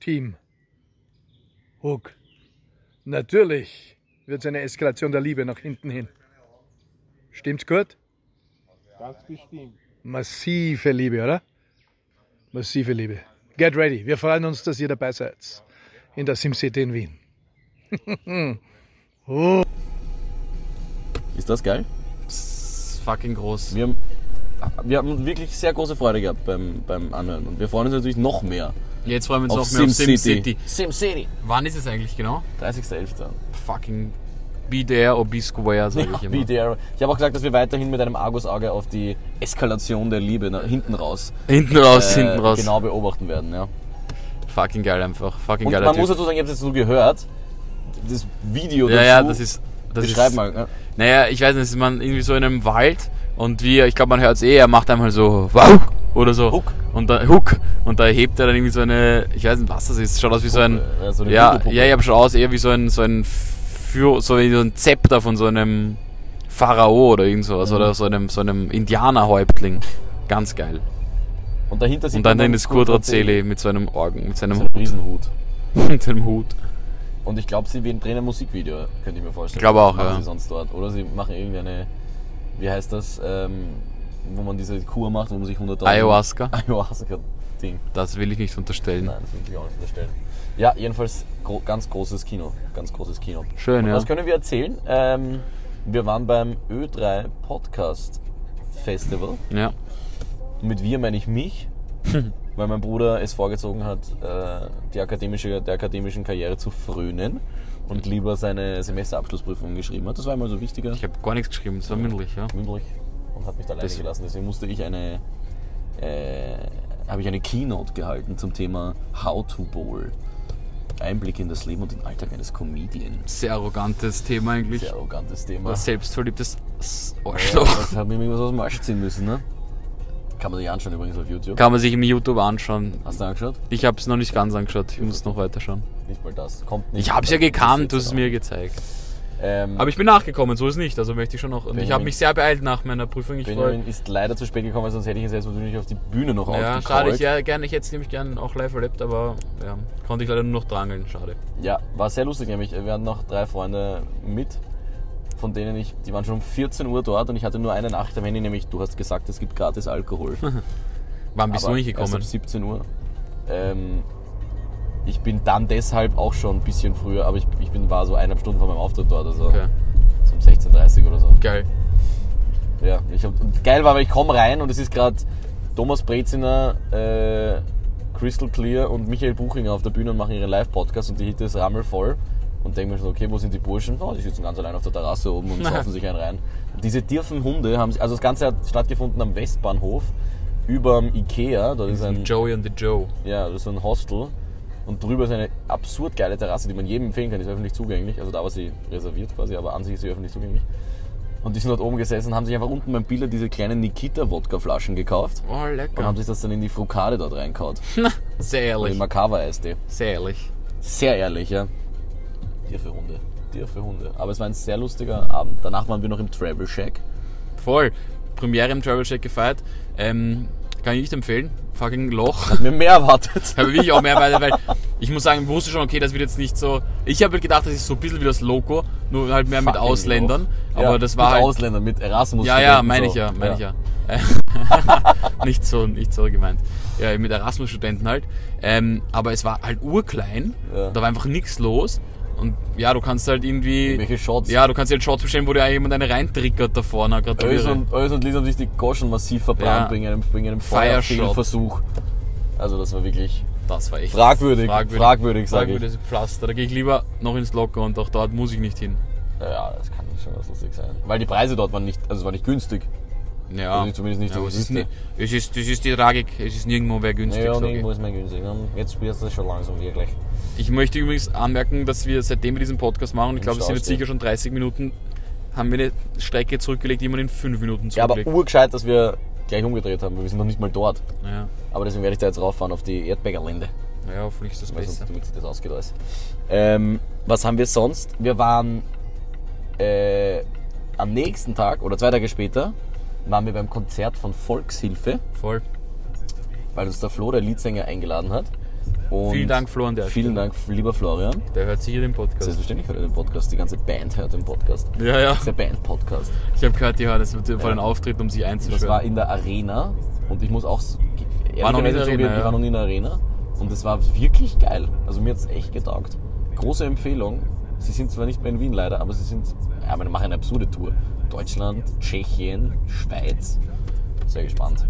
S6: Team. Hook. Natürlich wird es eine Eskalation der Liebe nach hinten hin. Stimmt's, Kurt? Ganz bestimmt. Massive Liebe, oder? Massive Liebe. Get ready. Wir freuen uns, dass ihr dabei seid. In der SimCity in Wien.
S3: Ist das geil?
S4: Das ist fucking groß.
S3: Wir haben, wir haben wirklich sehr große Freude gehabt beim, beim Anhören. Und wir freuen uns natürlich noch mehr
S4: Jetzt freuen wir uns
S3: auf
S4: noch mehr auf
S3: SimCity.
S4: SimCity.
S3: SimCity.
S4: Wann ist es eigentlich genau?
S3: 30.11.
S4: Fucking be there or be square, sage ich
S3: Ja,
S4: immer.
S3: be there. Ich habe auch gesagt, dass wir weiterhin mit einem Argusauge auf die Eskalation der Liebe nach hinten raus,
S4: Hinten raus,
S3: äh,
S4: hinten raus.
S3: genau beobachten werden. Ja.
S4: Fucking geil einfach. Fucking
S3: Und
S4: geiler
S3: man
S4: Typ.
S3: muss dazu sagen, ich habe es jetzt so gehört, das Video
S4: ja,
S3: dazu.
S4: ja, das ist. Das
S3: beschreib
S4: ist,
S3: mal. Ne?
S4: Naja, ich weiß nicht, ist man irgendwie so in einem Wald und wie, ich glaube, man hört es eh, er macht einmal so wow oder so.
S3: Huck.
S4: Und da, Hook. Und da hebt er dann irgendwie so eine, ich weiß nicht, was das ist. Schaut aus wie so ein.
S3: Puppe, ja, so eine
S4: ja,
S3: Voodoo-Puppe.
S4: ja, ich habe schon aus, eher wie so ein, so ein, Für, so wie so ein Zepter von so einem Pharao oder irgend sowas oder so einem, so einem Indianerhäuptling. Ganz geil.
S3: Und dahinter sieht
S4: Und dann
S3: man
S4: den ist Kurdrazeli mit so einem Orgen, mit (laughs) seinem,
S3: Einen Riesenhut.
S4: mit seinem Hut.
S3: Und ich glaube, sie werden- drehen ein Musikvideo, könnte ich mir vorstellen.
S4: Ich glaube auch,
S3: machen
S4: ja.
S3: sie sonst dort. Oder sie machen irgendeine, wie heißt das, ähm, wo man diese Kur macht, wo man sich 100.000...
S4: Ayahuasca.
S3: Ayahuasca-Ding.
S4: Das will ich nicht unterstellen.
S3: Nein, das will ich auch nicht unterstellen. Ja, jedenfalls gro ganz großes Kino. Ganz großes Kino.
S4: Schön,
S3: Und
S4: ja.
S3: Was können wir erzählen? Ähm, wir waren beim Ö3 Podcast Festival.
S4: Ja.
S3: Mit wir meine ich mich,
S4: Hm.
S3: weil mein Bruder es vorgezogen hat, äh, die akademische, der akademischen Karriere zu frönen und lieber seine Semesterabschlussprüfung geschrieben hat. Das war immer so wichtiger.
S4: Ich habe gar nichts geschrieben, es war mündlich, ja.
S3: mündlich und hat mich da alleine
S4: Das-
S3: gelassen. Deswegen musste ich eine, äh, habe ich eine Keynote gehalten zum Thema How to Bowl. Einblick in das Leben und den Alltag eines Comedians.
S4: Sehr arrogantes Thema eigentlich.
S3: Sehr arrogantes Thema.
S4: Ein selbstverliebtes S-
S3: ja,
S4: Arschloch. (laughs)
S3: das hat mir irgendwas aus dem Arsch ziehen müssen, ne? Kann man sich anschauen übrigens auf YouTube.
S4: Kann man sich im YouTube anschauen.
S3: Hast du angeschaut?
S4: Ich habe es noch nicht ganz angeschaut, ich muss noch weiterschauen.
S3: Nicht mal das. Kommt nicht.
S4: Ich habe es ja
S3: Das ist
S4: gekannt,
S3: jetzt
S4: du hast es
S3: genau.
S4: mir gezeigt.
S3: Ähm,
S4: Aber ich bin nachgekommen, so ist nicht. Also möchte ich schon noch. Und ich habe
S3: Benjamin-
S4: mich sehr beeilt nach meiner Prüfung. Ich wollte.
S3: Benjamin ist leider zu spät gekommen, sonst hätte ich ihn selbst natürlich auf die Bühne noch
S4: Ja,
S3: aufgecallt.
S4: schade, ich, ja, gerne, ich hätte es nämlich gern auch live erlebt, aber ja, konnte ich leider nur noch drangeln, schade.
S3: Ja, war sehr lustig, nämlich wir hatten noch drei Freunde mit, von denen ich, die waren schon um 14 Uhr dort und ich hatte nur eine Nachricht am Handy, nämlich du hast gesagt, es gibt gratis
S4: (laughs)
S3: Alkohol.
S4: Wann bist du
S3: Aber
S4: nicht
S3: Erst ab
S4: gekommen?
S3: 17 Uhr. Ähm, ich bin dann deshalb auch schon ein bisschen früher, aber ich, ich bin, war so eineinhalb Stunden vor meinem Auftritt dort, also
S4: Okay,
S3: so um 16.30 Uhr oder so.
S4: geil.
S3: Ja, ich hab, und geil war, weil ich komme rein und es ist gerade Thomas Breziner, äh, Crystal Clear und Michael Buchinger auf der Bühne und machen ihren Live-Podcast und die Hit ist rammelvoll. Und denke mir schon, okay, wo sind die Burschen? Oh, die sitzen ganz allein auf der Terrasse oben und saufen sich einen rein. Und diese tiefen Hunde haben sich, also das Ganze hat stattgefunden am Westbahnhof, überm Ikea, dort ist ein,
S4: Joey und the Joe.
S3: ja, das ist so ein Hostel und drüber ist eine absurd geile Terrasse, die man jedem empfehlen kann, die ist öffentlich zugänglich, also da war sie reserviert quasi, aber an sich ist sie öffentlich zugänglich. Und die sind dort oben gesessen und haben sich einfach unten beim Biller diese kleinen Nikita-Wodka-Flaschen gekauft
S4: Oh,
S3: und haben
S4: lecker.
S3: sich das dann in die Frukade dort reinkaut.
S4: Sehr
S3: Oder in
S4: ehrlich.
S3: Makava-Eistee.
S4: Sehr ehrlich.
S3: Sehr ehrlich, ja. Dir für Hunde. Dir für Hunde. Aber es war ein sehr lustiger Abend. Danach waren wir noch im Travel Shack.
S4: Voll. Premiere im Travel Check gefeiert. Ähm, kann ich nicht empfehlen. Fucking Loch. (laughs)
S3: Mir mehr erwartet.
S4: habe wirklich auch mehr Weile, weil ich muss sagen, ich wusste schon, okay, das wird jetzt nicht so. Ich habe gedacht, das ist so ein bisschen wie das Loco, nur halt mehr mit
S3: Fucking
S4: Ausländern.
S3: Loch.
S4: (laughs) Aber
S3: Ja,
S4: das war
S3: mit
S4: halt.
S3: Ausländern, mit Erasmus.
S4: Ja, ja,
S3: Studenten,
S4: meine
S3: so.
S4: ich ja, meine ich ja. (laughs) nicht, so, nicht so gemeint. Ja, mit Erasmus-Studenten halt. Ähm, aber es war halt urklein,
S3: Ja.
S4: da war einfach nichts los. Und ja, du kannst halt irgendwie.
S3: Irgendwelche Shots.
S4: Ja, du kannst dir halt Shots bestellen, wo dir jemand eine reintriggert da vorne.
S3: Ös
S4: Gratuliere.
S3: und, Ös und Lies haben sich die Goschen massiv verbrannt
S4: Ja.
S3: wegen einem, wegen einem
S4: Fire
S3: Feuerfehlversuch. Also das war wirklich
S4: Das war echt.
S3: fragwürdig,
S4: Fragwürdig,
S3: fragwürdig, sag
S4: fragwürdiges Pflaster. Da gehe ich lieber noch ins Locker und auch dort muss ich nicht hin.
S3: ja, das kann schon was lustig sein. Weil die Preise dort waren nicht, also es war nicht günstig.
S4: Ja.
S3: Also zumindest nicht,
S4: ja,
S3: dass
S4: es,
S3: ich
S4: ist
S3: wüsste.
S4: nie- es ist Das ist die Tragik. Es ist nirgendwo wer günstig.
S3: Ja, und
S4: sag
S3: irgendwo ist man günstig. Und Jetzt spürst du es schon langsam wirklich.
S4: ich. ich möchte übrigens anmerken, dass wir seitdem wir diesen Podcast machen, ich glaube, es sind jetzt
S3: Stau stehen.
S4: sicher schon 30 Minuten, haben wir eine Strecke zurückgelegt, die man in 5 Minuten
S3: Ja, aber
S4: zurücklegt.
S3: urgescheit, dass wir gleich umgedreht haben, weil wir sind noch nicht mal dort.
S4: Ja,
S3: Aber deswegen werde ich da jetzt rauffahren auf die Erdbeerlinde.
S4: Naja, hoffentlich ist das
S3: Weil sonst
S4: besser.
S3: damit sich das ausgeht alles. Ähm, was haben wir sonst? Wir waren äh, am nächsten Tag oder zwei Tage später waren wir beim Konzert von Volkshilfe,
S4: Voll.
S3: weil uns der Flo, der Leadsänger, eingeladen hat. Und
S4: Vielen Dank, Flo, an der
S3: Vielen Dank, lieber Florian.
S4: Der hört sicher den Podcast.
S3: Selbstverständlich hört er den Podcast. Die ganze Band hört den Podcast. Das
S4: Ja, ja.
S3: ist der Band-Podcast.
S4: Ich habe gehört, die hören das vor den Auftritt, um sich einzuschwören.
S3: Das war in der Arena und ich muss auch s-
S4: War noch nie in
S3: ehrlicherweise
S4: der
S3: zugeben,
S4: Arena,
S3: ich
S4: ja.
S3: war noch nie in der Arena und es war wirklich geil. Also mir hat es echt getaugt. Große Empfehlung. Sie sind zwar nicht mehr in Wien leider, aber sie sind, ja, man machen eine absurde Tour. Deutschland, Tschechien, Schweiz. Sehr gespannt.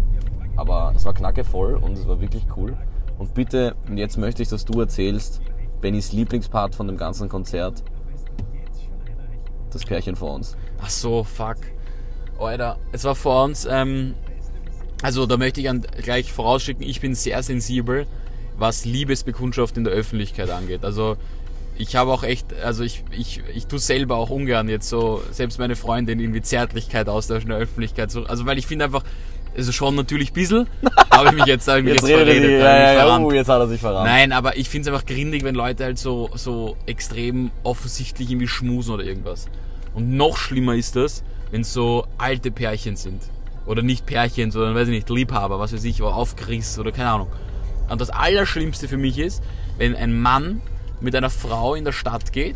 S3: Aber es war knackevoll und es war wirklich cool. Und bitte, und jetzt möchte ich, dass du erzählst, Bennys Lieblingspart von dem ganzen Konzert. Das Pärchen vor uns.
S4: Ach so, fuck. Oh, Alter, es war vor uns, ähm, also da möchte ich an, gleich vorausschicken, ich bin sehr sensibel, was Liebesbekundschaft in der Öffentlichkeit angeht. Also ich habe auch echt, also ich, ich, ich tue selber auch ungern jetzt so, selbst meine Freundin irgendwie Zärtlichkeit austauschen in der Öffentlichkeit. So, also weil ich finde einfach, also schon natürlich
S3: (laughs)
S4: ein bisschen, habe ich mich jetzt, habe ich mich jetzt, verredet.
S3: sie.
S4: habe ich mich
S3: Ja, ja, ja,
S4: verrannt.
S3: oh, jetzt hat er sich verraten.
S4: Nein, aber ich find's einfach grindig, wenn Leute halt so, so extrem offensichtlich irgendwie schmusen oder irgendwas. Und noch schlimmer ist das, wenn so alte Pärchen sind. Oder nicht Pärchen, sondern weiß ich nicht, Liebhaber, was weiß ich, oder Aufgriss oder keine Ahnung. Und das Allerschlimmste für mich ist, wenn ein Mann mit einer Frau in der Stadt geht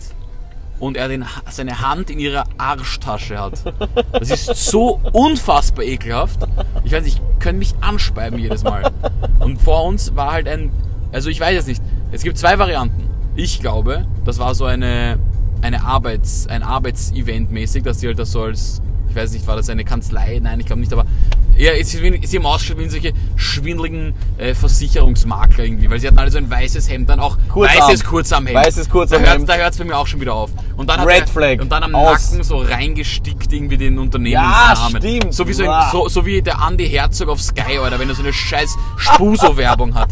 S4: und er den, seine Hand in ihrer Arschtasche hat. Das ist so unfassbar ekelhaft. Ich weiß nicht, ich könnte mich anspeiben jedes Mal. Und vor uns war halt ein, also ich weiß jetzt nicht, es gibt zwei Varianten. Ich glaube, das war so eine, eine Arbeits, ein Arbeitsevent mäßig, dass die halt das so als, ich weiß nicht, war das eine Kanzlei? Nein, ich glaube nicht, aber ja, es ist, wie- sie haben ausgeschaut wie solche schwindeligen äh, Versicherungsmakler irgendwie, weil sie hatten alle so ein weißes Hemd, dann auch
S3: Kurzarm.
S4: weißes Kurzarmhemd.
S3: Weißes Kurzarmhemd.
S4: Da hört's- Da hört es bei mir auch schon wieder auf. Und dann hat
S3: Red
S4: er,
S3: Flag.
S4: Und dann am
S3: Aus.
S4: Nacken so reingestickt irgendwie den
S3: Ja,
S4: Unternehmensnamen.
S3: stimmt.
S4: So wie, so, ein,
S3: Wow.
S4: so, so wie der Andy Herzog auf Sky, oder wenn er so eine scheiß Spuso-Werbung hat.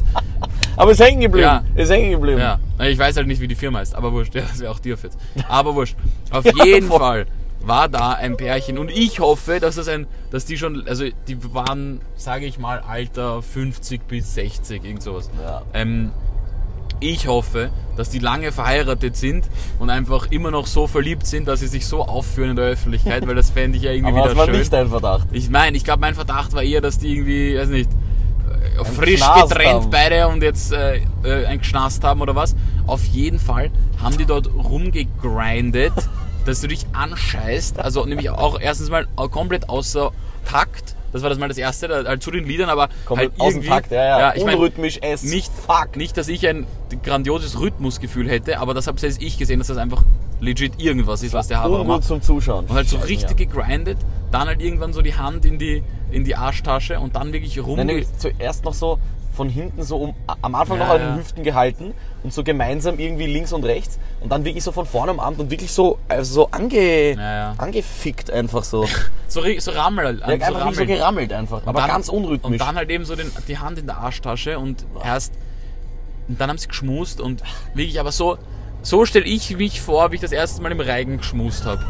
S3: Aber ist hängen geblieben.
S4: Ja.
S3: Ist hängen geblieben.
S4: Ja. Na, Ich weiß halt nicht, wie die Firma heißt, aber wurscht. (laughs) Ja, das wäre auch dir fit. Aber wurscht.
S3: (laughs)
S4: Auf jeden
S3: voll.
S4: Fall war da ein Pärchen und ich hoffe, dass das ein, dass die schon, also die waren, sage ich mal, Alter 50 bis 60, irgend sowas.
S3: Ja.
S4: Ähm, ich hoffe, dass die lange verheiratet sind und einfach immer noch so verliebt sind, dass sie sich so aufführen in der Öffentlichkeit, weil das fände ich ja irgendwie
S3: Aber das
S4: wieder
S3: war
S4: schön.
S3: nicht dein Verdacht.
S4: Ich meine, ich glaube, mein Verdacht war eher, dass die irgendwie, weiß nicht, äh, frisch
S3: Geschnast
S4: getrennt
S3: haben.
S4: beide und jetzt äh, äh, ein Geschnast haben oder was. Auf jeden Fall haben die dort
S3: (laughs)
S4: rumgegrindet, dass du dich anscheißt. Also nämlich auch erstens mal komplett außer Takt. Das war das mal das erste, da- halt zu den Liedern, aber
S3: Komplett
S4: halt
S3: aus dem
S4: irgendwie-
S3: Takt, ja, ja.
S4: ich mein,
S3: Unrhythmisch es.
S4: nicht, fuck. nicht, dass ich ein grandioses Rhythmusgefühl hätte, aber das habe selbst ich gesehen, dass das einfach legit irgendwas ist, was der Haber
S3: Ungut
S4: macht.
S3: zum Zuschauen.
S4: Und halt so
S3: Scheiße,
S4: richtig gegrindet, dann halt irgendwann so die Hand in die, in die Arschtasche und dann wirklich
S3: Ja. Nein,
S4: rumge...
S3: nämlich zuerst noch so von hinten so um, am Anfang
S4: Ja,
S3: noch an den
S4: ja.
S3: Hüften gehalten und so gemeinsam irgendwie links und rechts und dann wirklich so von vorne umarmt und wirklich so, also so ange,
S4: Ja, ja.
S3: angefickt einfach
S4: (laughs)
S3: so.
S4: So, ri- so rammel, halt,
S3: Ja,
S4: so
S3: einfach wie so
S4: rammeln.
S3: gerammelt einfach, aber
S4: dann-
S3: ganz
S4: Und
S3: unrhythmisch.
S4: dann halt eben so den, die Hand in der Arschtasche und erst. Und dann haben sie geschmust und wirklich, aber so, so stelle ich mich vor, wie ich das erste Mal im Reigen geschmust habe.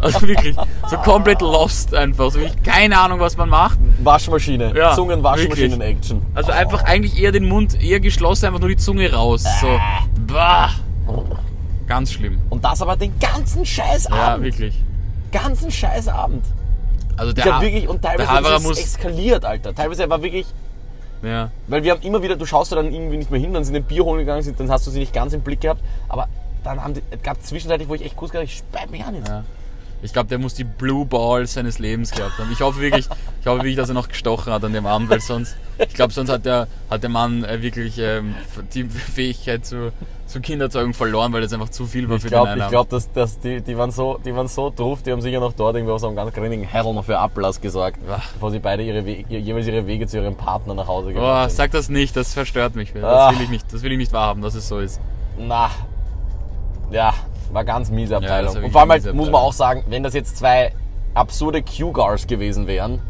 S4: Also wirklich, so komplett lost einfach. So wirklich keine Ahnung, was man macht.
S3: Waschmaschine,
S4: Ja, wirklich.
S3: Zungenwaschmaschinen-Action.
S4: Also einfach eigentlich eher den Mund eher geschlossen, einfach nur die Zunge raus. So,
S3: Ah.
S4: bah. Ganz schlimm.
S3: Und das aber den ganzen
S4: Ja,
S3: Scheißabend.
S4: wirklich.
S3: ganzen Scheißabend.
S4: Also der
S3: Ich hab
S4: Ha-
S3: wirklich, und
S4: der
S3: teilweise
S4: Haberer
S3: ist es
S4: muss.
S3: eskaliert, Alter. Teilweise war wirklich,
S4: Ja.
S3: Weil wir haben immer wieder, du schaust ja dann irgendwie nicht mehr hin, dann sind ein Bier holen gegangen, sind, dann hast du sie nicht ganz im Blick gehabt. Aber dann haben die, es gab zwischenzeitlich, wo ich echt kurz gedacht ich speib mich an jetzt.
S4: Ja. Ich glaube, der muss die Blue Ball seines Lebens gehabt haben. Ich hoffe wirklich, ich hoffe wirklich dass er noch gestochen hat an dem Abend, weil sonst, ich glaube, sonst hat der, hat der Mann äh, wirklich ähm, die Fähigkeit zu, zu Kinderzeugung verloren, weil das einfach zu viel war
S3: Ich
S4: für
S3: glaube,
S4: den einen.
S3: ich glaub, dass, dass die, die, waren so, die waren so drauf, die haben sicher noch dort irgendwie auf so einem ganz grinnigen Herrl noch für Ablass gesagt, bevor sie beide ihre We je- jeweils ihre Wege zu ihrem Partner nach Hause
S4: Boah,
S3: gegangen sind.
S4: sag das nicht, das verstört mich. Das
S3: Ah.
S4: will ich nicht, das will ich nicht wahrhaben, dass es so ist.
S3: Na, ja, war ganz miese Abteilung.
S4: das war
S3: Und vor allem
S4: wirklich
S3: halt,
S4: miese
S3: muss man
S4: Abteilung.
S3: auch sagen, wenn das jetzt zwei absurde Q-Gars gewesen wären,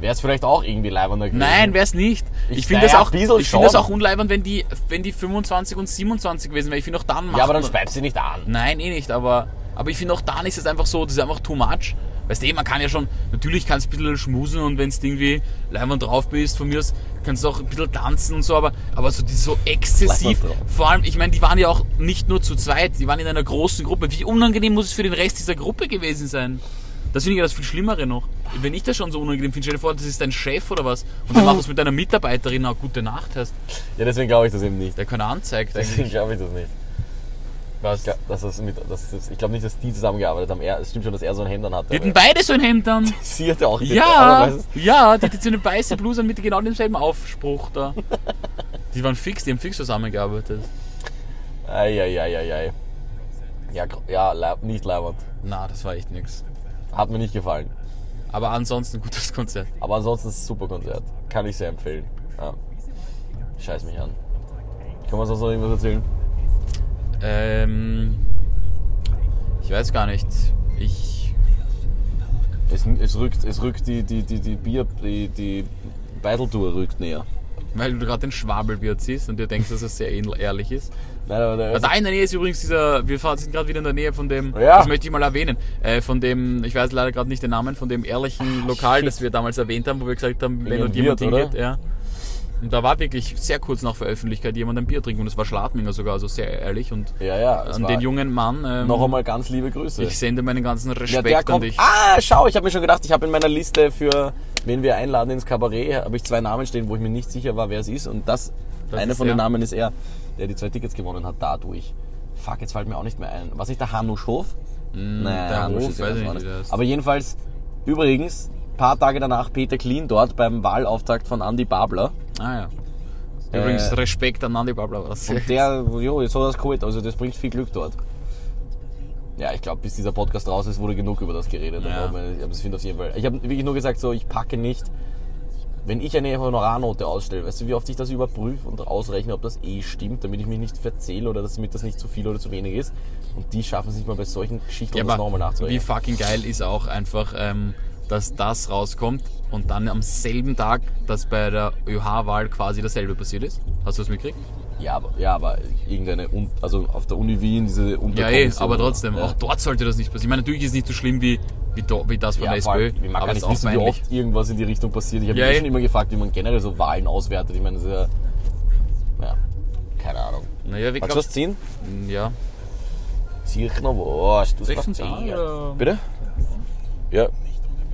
S3: wäre es vielleicht auch irgendwie leibender gewesen.
S4: Nein, wär's nicht. Ich,
S3: Ich-
S4: finde
S3: naja,
S4: das auch,
S3: ein bisschen
S4: ich finde das
S3: schon.
S4: auch unleibend, wenn die, wenn die 25 und 27 gewesen wären. Ich finde auch dann macht
S3: Ja, aber dann
S4: man-
S3: speibst sie nicht an.
S4: Nein, eh nicht, aber, aber ich finde auch dann ist es einfach so, das ist einfach too much. Weißt du, man kann ja schon, natürlich kannst du ein bisschen schmusen und wenn du irgendwie leibend drauf bist, von mir aus, kannst du auch ein bisschen tanzen und so, aber, aber so, die so exzessiv,
S3: Leibwand drauf.
S4: vor allem, ich meine, die waren ja auch nicht nur zu zweit, die waren in einer großen Gruppe. Wie unangenehm muss es für den Rest dieser Gruppe gewesen sein? Das finde ich ja das viel Schlimmere noch. Wenn ich das schon so unangenehm finde, stell dir vor, das ist dein Chef oder was und dann machst du es mit deiner Mitarbeiterin auch gute Nacht hast,
S3: Ja, deswegen glaube ich das eben nicht.
S4: der keine anzeigt.
S3: Deswegen glaube ich das nicht.
S4: Was?
S3: Ja, dass das mit, dass das, ich glaube nicht, dass die zusammengearbeitet haben. Er, es stimmt schon, dass er so ein Hemd dann hatte.
S4: Die hatten
S3: aber
S4: beide so ein Hemd an.
S3: sie hatte auch
S4: Ja,
S3: Ahnung, weißt
S4: ja, die hatten so eine weiße Bluse an mit genau demselben Aufspruch da. Die waren fix, die haben fix zusammengearbeitet.
S3: du? Ei, ei, ei, ei, ei. Ja, gro- ja leib- nicht leibend.
S4: Na, das war echt nix.
S3: Hat mir nicht gefallen.
S4: Aber ansonsten gutes Konzert.
S3: Aber ansonsten ist es ein super Konzert. Kann ich sehr empfehlen. Ja. Scheiß mich an. Kann man sonst noch irgendwas erzählen?
S4: Ähm, ich weiß gar nicht. Ich.
S3: Es, es rückt, es rückt die, die, die, die Bier, die, die Beideltour rückt näher.
S4: Weil du gerade den Schwabelbier ziehst und dir denkst, dass das sehr ähnl- ehrlich ist.
S3: Nein, aber der
S4: Also da in der Nähe ist übrigens dieser, wir fahren- sind gerade wieder in der Nähe von dem,
S3: Ja.
S4: das möchte ich mal erwähnen, äh, von dem, ich weiß leider gerade nicht den Namen, von dem ehrlichen Lokal, das wir damals erwähnt haben, wo wir gesagt haben, wenn
S3: Wegen
S4: dort
S3: dem
S4: jemand
S3: Wirt, oder?
S4: hingeht, ja. Und da war wirklich sehr kurz nach Veröffentlichkeit jemand ein Bier trinken und es war Schladminger sogar, also sehr ehrlich und
S3: ja, ja. es
S4: an
S3: war-
S4: den jungen Mann, ähm,
S3: Noch einmal ganz liebe Grüße.
S4: ich sende meinen ganzen
S3: Ja,
S4: Respekt
S3: der
S4: an
S3: kommt.
S4: dich.
S3: Ah, schau, ich habe mir schon gedacht, ich habe in meiner Liste für wen wir einladen ins Kabarett, habe ich zwei Namen stehen, wo ich mir nicht sicher war, wer es ist. Und das,
S4: Das
S3: einer
S4: ist
S3: von den
S4: er.
S3: Namen ist er, der die zwei Tickets gewonnen hat dadurch. Fuck, jetzt fällt mir auch nicht mehr ein. Was nicht der Hanusch Hof? Nein,
S4: Hm, der
S3: Hanusch
S4: Hof,
S3: ist ja
S4: weiß
S3: was
S4: ich nicht,
S3: anderes.
S4: wie der heißt.
S3: Aber jedenfalls, übrigens, paar Tage danach Peter Klein dort beim Wahlauftakt von Andy Babler.
S4: Ah ja. Übrigens
S3: Äh,
S4: Respekt an Nandi Bablavas.
S3: Und der, jo, jetzt hat das geholt, also das bringt viel Glück dort. Ja, ich glaube, bis dieser Podcast raus ist, wurde genug über das geredet.
S4: Ja.
S3: Aber ich aber ich finde auf jeden Fall. Ich habe wirklich nur gesagt, so, ich packe nicht. Wenn ich eine Honorarnote ausstelle, weißt du, wie oft ich das überprüfe und ausrechne, ob das eh stimmt, damit ich mich nicht verzähle oder dass damit das nicht zu viel oder zu wenig ist. Und die schaffen es nicht mal bei solchen Geschichten, um das nochmal
S4: Wie
S3: nachzurechnen.
S4: fucking geil ist auch einfach, ähm, dass das rauskommt und dann am selben Tag, dass bei der ÖH-Wahl quasi dasselbe passiert ist. Hast du das mitgekriegt?
S3: Ja, aber, ja, aber irgendeine, Un- also auf der Uni Wien, diese
S4: Ja, eh,
S3: Unterkommission.
S4: aber trotzdem,
S3: Ja.
S4: auch dort sollte das nicht passieren. Ich meine, natürlich ist es nicht so schlimm wie, wie, do, wie das von
S3: Ja,
S4: der
S3: vor
S4: SPÖ,
S3: allem, man
S4: aber
S3: kann
S4: es ist
S3: nicht
S4: auch
S3: wissen, wie
S4: peinlich.
S3: oft irgendwas in die Richtung passiert. Ich habe
S4: Ja,
S3: mich
S4: eh.
S3: schon immer gefragt, wie man generell so Wahlen auswertet. Ich meine, das ist ja, ja keine Ahnung.
S4: Naja, wir
S3: Kannst du was ziehen?
S4: glauben- ja.
S3: Zieh ich noch was. Du
S4: Soll ich uns an, oder?
S3: Bitte? Ja,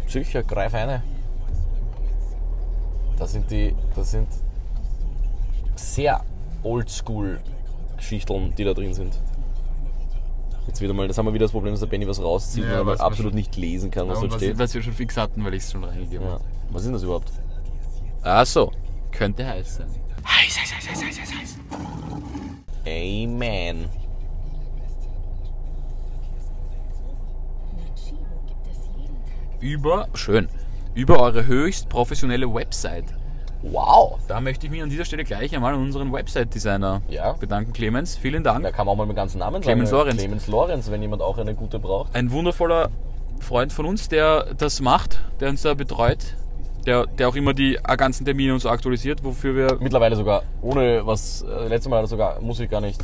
S3: sicher, greif eine. Das sind die, das sind sehr oldschool Geschichteln, die da drin sind. Jetzt wieder mal, das haben wir wieder das Problem, dass der Benny was rauszieht,
S4: Ja,
S3: weil er mal
S4: weiß man
S3: absolut nicht lesen kann, was
S4: Und
S3: dort
S4: Was,
S3: steht.
S4: was wir schon fix hatten, weil ich es schon reingegeben
S3: Ja.
S4: habe.
S3: Was ist denn das überhaupt?
S4: Ach so, könnte heiß sein.
S3: Amen.
S4: Über, schön, über eure höchst professionelle Website.
S3: Wow.
S4: Da möchte ich mich an dieser Stelle gleich einmal an unseren Website-Designer
S3: Ja.
S4: bedanken, Clemens. Vielen Dank.
S3: Da kann man auch mal mit ganzen Namen
S4: Clemens
S3: sagen.
S4: Lorenz.
S3: Clemens Lorenz, wenn jemand auch eine gute braucht.
S4: Ein wundervoller Freund von uns, der das macht, der uns da betreut, der, der auch immer die ganzen Termine uns aktualisiert, wofür wir.
S3: Mittlerweile sogar ohne was, äh, letztes Mal hat er sogar, muss ich gar nicht.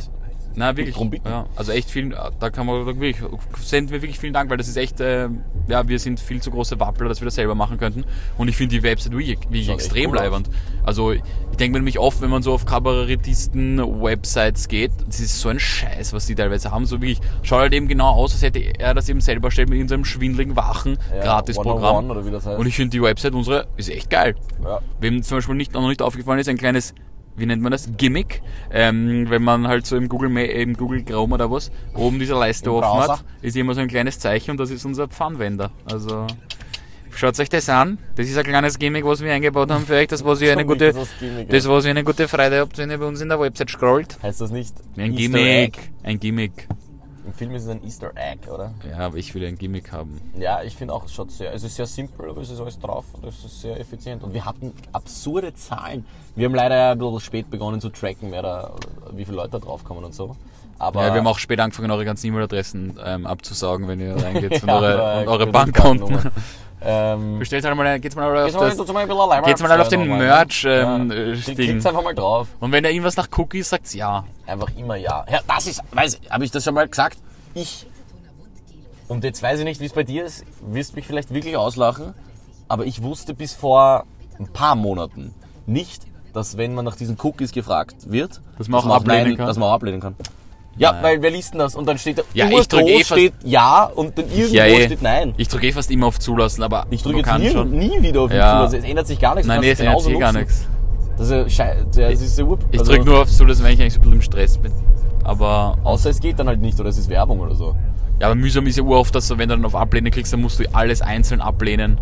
S4: Na, wirklich.
S3: Drum bitten.
S4: Ja, also echt vielen, da kann man wirklich, senden wir wirklich vielen Dank, weil das ist echt, äh, ja, wir sind viel zu große Wappler, dass wir das selber machen könnten. Und ich finde die Website wirklich, wirklich
S3: Schaut echt
S4: extrem
S3: cool aus.
S4: leibend. Also ich denke mir nämlich oft, wenn man so auf Kabarettisten-Websites geht, das ist so ein Scheiß, was die teilweise haben. So wirklich, schaut halt eben genau aus, als hätte er das eben selber erstellt mit irgendeinem schwindeligen Wachen
S3: Ja,
S4: Gratisprogramm.
S3: 101 oder wie das heißt.
S4: Und ich finde die Website unsere ist echt geil.
S3: Ja.
S4: Wem zum Beispiel nicht, noch nicht aufgefallen ist, ein kleines, wie nennt man das, Gimmick, ähm, wenn man halt so im Google, Ma- im Google Chrome oder was oben diese Leiste
S3: Im
S4: offen
S3: Browser.
S4: hat, ist immer so ein kleines Zeichen und das ist unser Pfannwender. Also schaut euch das an. Das ist ein kleines Gimmick, was wir eingebaut haben für euch. Das, was ihr eine
S3: Schon
S4: gute,
S3: nicht, das ist Gimmick,
S4: das,
S3: ja.
S4: was ihr eine gute Freude habt, wenn ihr bei uns in der Website scrollt.
S3: Heißt das nicht?
S4: Ein
S3: Easter
S4: Gimmick.
S3: Egg?
S4: Ein Gimmick.
S3: Im Film ist es ein Easter Egg, oder?
S4: Ja, aber ich will ein Gimmick haben.
S3: Ja, ich finde auch, es schaut sehr, es ist sehr simpel, aber es ist alles drauf und es ist sehr effizient. Und wir hatten absurde Zahlen. Wir haben leider ein bisschen spät begonnen zu tracken, wer da, wie viele Leute da draufkommen und so. Aber
S4: Ja, wir haben auch spät angefangen, eure ganzen E-Mail-Adressen ähm, abzusaugen, wenn ihr
S3: (laughs)
S4: reingeht und
S3: Ja,
S4: eure, und eure ne?
S3: Kreditkartennummer.
S4: Bankkonten.
S3: Ähm,
S4: Bestellt halt mal, geht's mal auf
S3: jetzt mal-
S4: das,
S3: jetzt mal ein bisschen allein
S4: geht's mal auf den
S3: nochmal.
S4: Merch, ähm, äh,
S3: Die
S4: Ding.
S3: klickt's einfach mal drauf.
S4: Und wenn er irgendwas nach Cookies sagt, ja.
S3: Einfach immer ja. Ja, das ist, weiß ich, habe ich das schon mal gesagt? Ich Und jetzt weiß ich nicht, wie es bei dir ist, wirst mich vielleicht wirklich auslachen, aber ich wusste bis vor ein paar Monaten nicht, dass wenn man nach diesen Cookies gefragt wird,
S4: Dass man auch ablehnen kann.
S3: Dass man auch ablehnen kann. Ja, weil wer liest denn das? Und dann steht da
S4: Ja, ich
S3: urgroß
S4: drück eh fast-
S3: steht ja und dann irgendwo
S4: Ja, eh.
S3: steht nein.
S4: Ich drücke eh fast immer auf Zulassen, aber
S3: Ich drücke
S4: man
S3: jetzt
S4: kann
S3: nie,
S4: schon.
S3: nie wieder auf
S4: Ja.
S3: ja. Also es ändert sich gar nichts.
S4: Nein,
S3: du
S4: nee,
S3: kannst
S4: es ändert
S3: genauso
S4: eh gar
S3: nutzen.
S4: nichts.
S3: Das ist ja schei- das ist ja urb.
S4: Ich
S3: Also,
S4: drücke nur auf Zulassen, wenn ich eigentlich so ein bisschen im Stress bin. Aber,
S3: Außer es geht dann halt nicht oder es ist Werbung oder so.
S4: ja, aber mühsam ist ja oft, dass du, wenn du dann auf Ablehnen klickst, dann musst du alles einzeln ablehnen.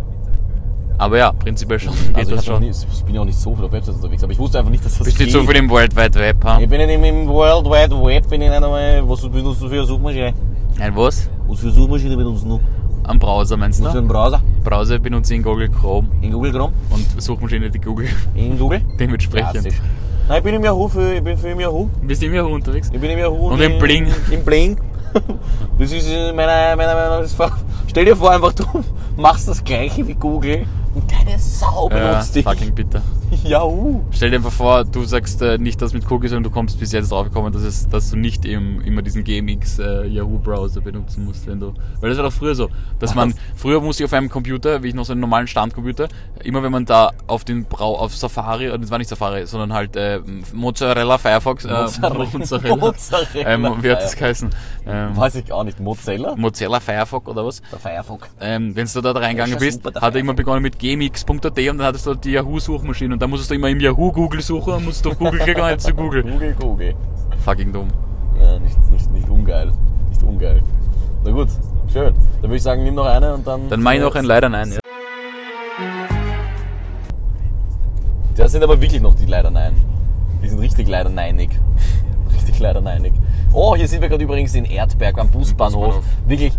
S4: Aber ja, prinzipiell schon. Geht
S3: Also
S4: das
S3: ich, hab noch
S4: schon.
S3: nie, ich bin ja auch nicht so viel auf Websites unterwegs, aber ich wusste einfach nicht, dass das
S4: Bist nicht
S3: geht.
S4: so viel im World Wide Web, ha?
S3: Ich bin nicht im World Wide Web, bin ich nicht einmal. Was benutzt du für eine Suchmaschine?
S4: Nein, was?
S3: Was für eine Suchmaschine benutzt du?
S4: Am Browser meinst
S3: Was für
S4: du?
S3: einen Browser?
S4: Browser benutze ich in Google Chrome
S3: In Google Chrome?
S4: und Suchmaschine die Google (laughs)
S3: In Google?
S4: dementsprechend.
S3: Klassisch. Nein, ich bin im Yahoo, für, ich bin für im Yahoo.
S4: Bist du immer unterwegs?
S3: Ich bin im Yahoo.
S4: Und im Bling.
S3: Im Bling. (laughs) Das ist äh, meiner meiner Meinung nach. Stell dir vor, einfach du machst das gleiche wie Google und keine Sau
S4: Ja,
S3: benutzt (laughs)
S4: Äh,
S3: uh,
S4: fucking bitter.
S3: dich. Yahoo.
S4: Stell dir einfach vor, du sagst äh, nicht das mit Cookies, sondern du kommst bis jetzt drauf gekommen, dass, es, dass du nicht im, immer diesen GMX äh, Yahoo Browser benutzen musst, wenn du. Weil das war doch früher so, dass man früher musste ich auf einem Computer, wie ich noch so einen normalen Standcomputer, immer wenn man da auf den Brau auf Safari, äh, das war nicht Safari, sondern halt äh, Mozzarella Firefox, äh,
S3: Mozzarella.
S4: (laughs) Mozzarella,
S3: Mozzarella.
S4: ähm, wie hat das geheißen? Ähm,
S3: Weiß ich auch nicht. Mozilla?
S4: Mozilla Firefox oder was?
S3: Der Firefox.
S4: ähm, wenn du da reingegangen
S3: Ja, schon
S4: bist,
S3: super, der
S4: hat er
S3: Firefox.
S4: immer begonnen mit gmx.at und dann hattest du halt die Yahoo-Suchmaschine und dann musstest du immer im Yahoo Google suchen und musstest auf Google gegangen
S3: (laughs)
S4: zu Google.
S3: Google, Google.
S4: Fucking dumm.
S3: Ja, nicht, nicht, nicht ungeil. Nicht ungeil. Na gut, schön. Dann würde ich sagen, nimm noch eine und dann.
S4: Dann mach ich noch ein Leider Nein. Ja.
S3: Das sind aber wirklich noch die leider nein. Die sind richtig leider neinig. Richtig leider neinig. Oh, hier sind wir gerade übrigens in Erdberg am Busbahnhof.
S4: Busbahnhof.
S3: Wirklich,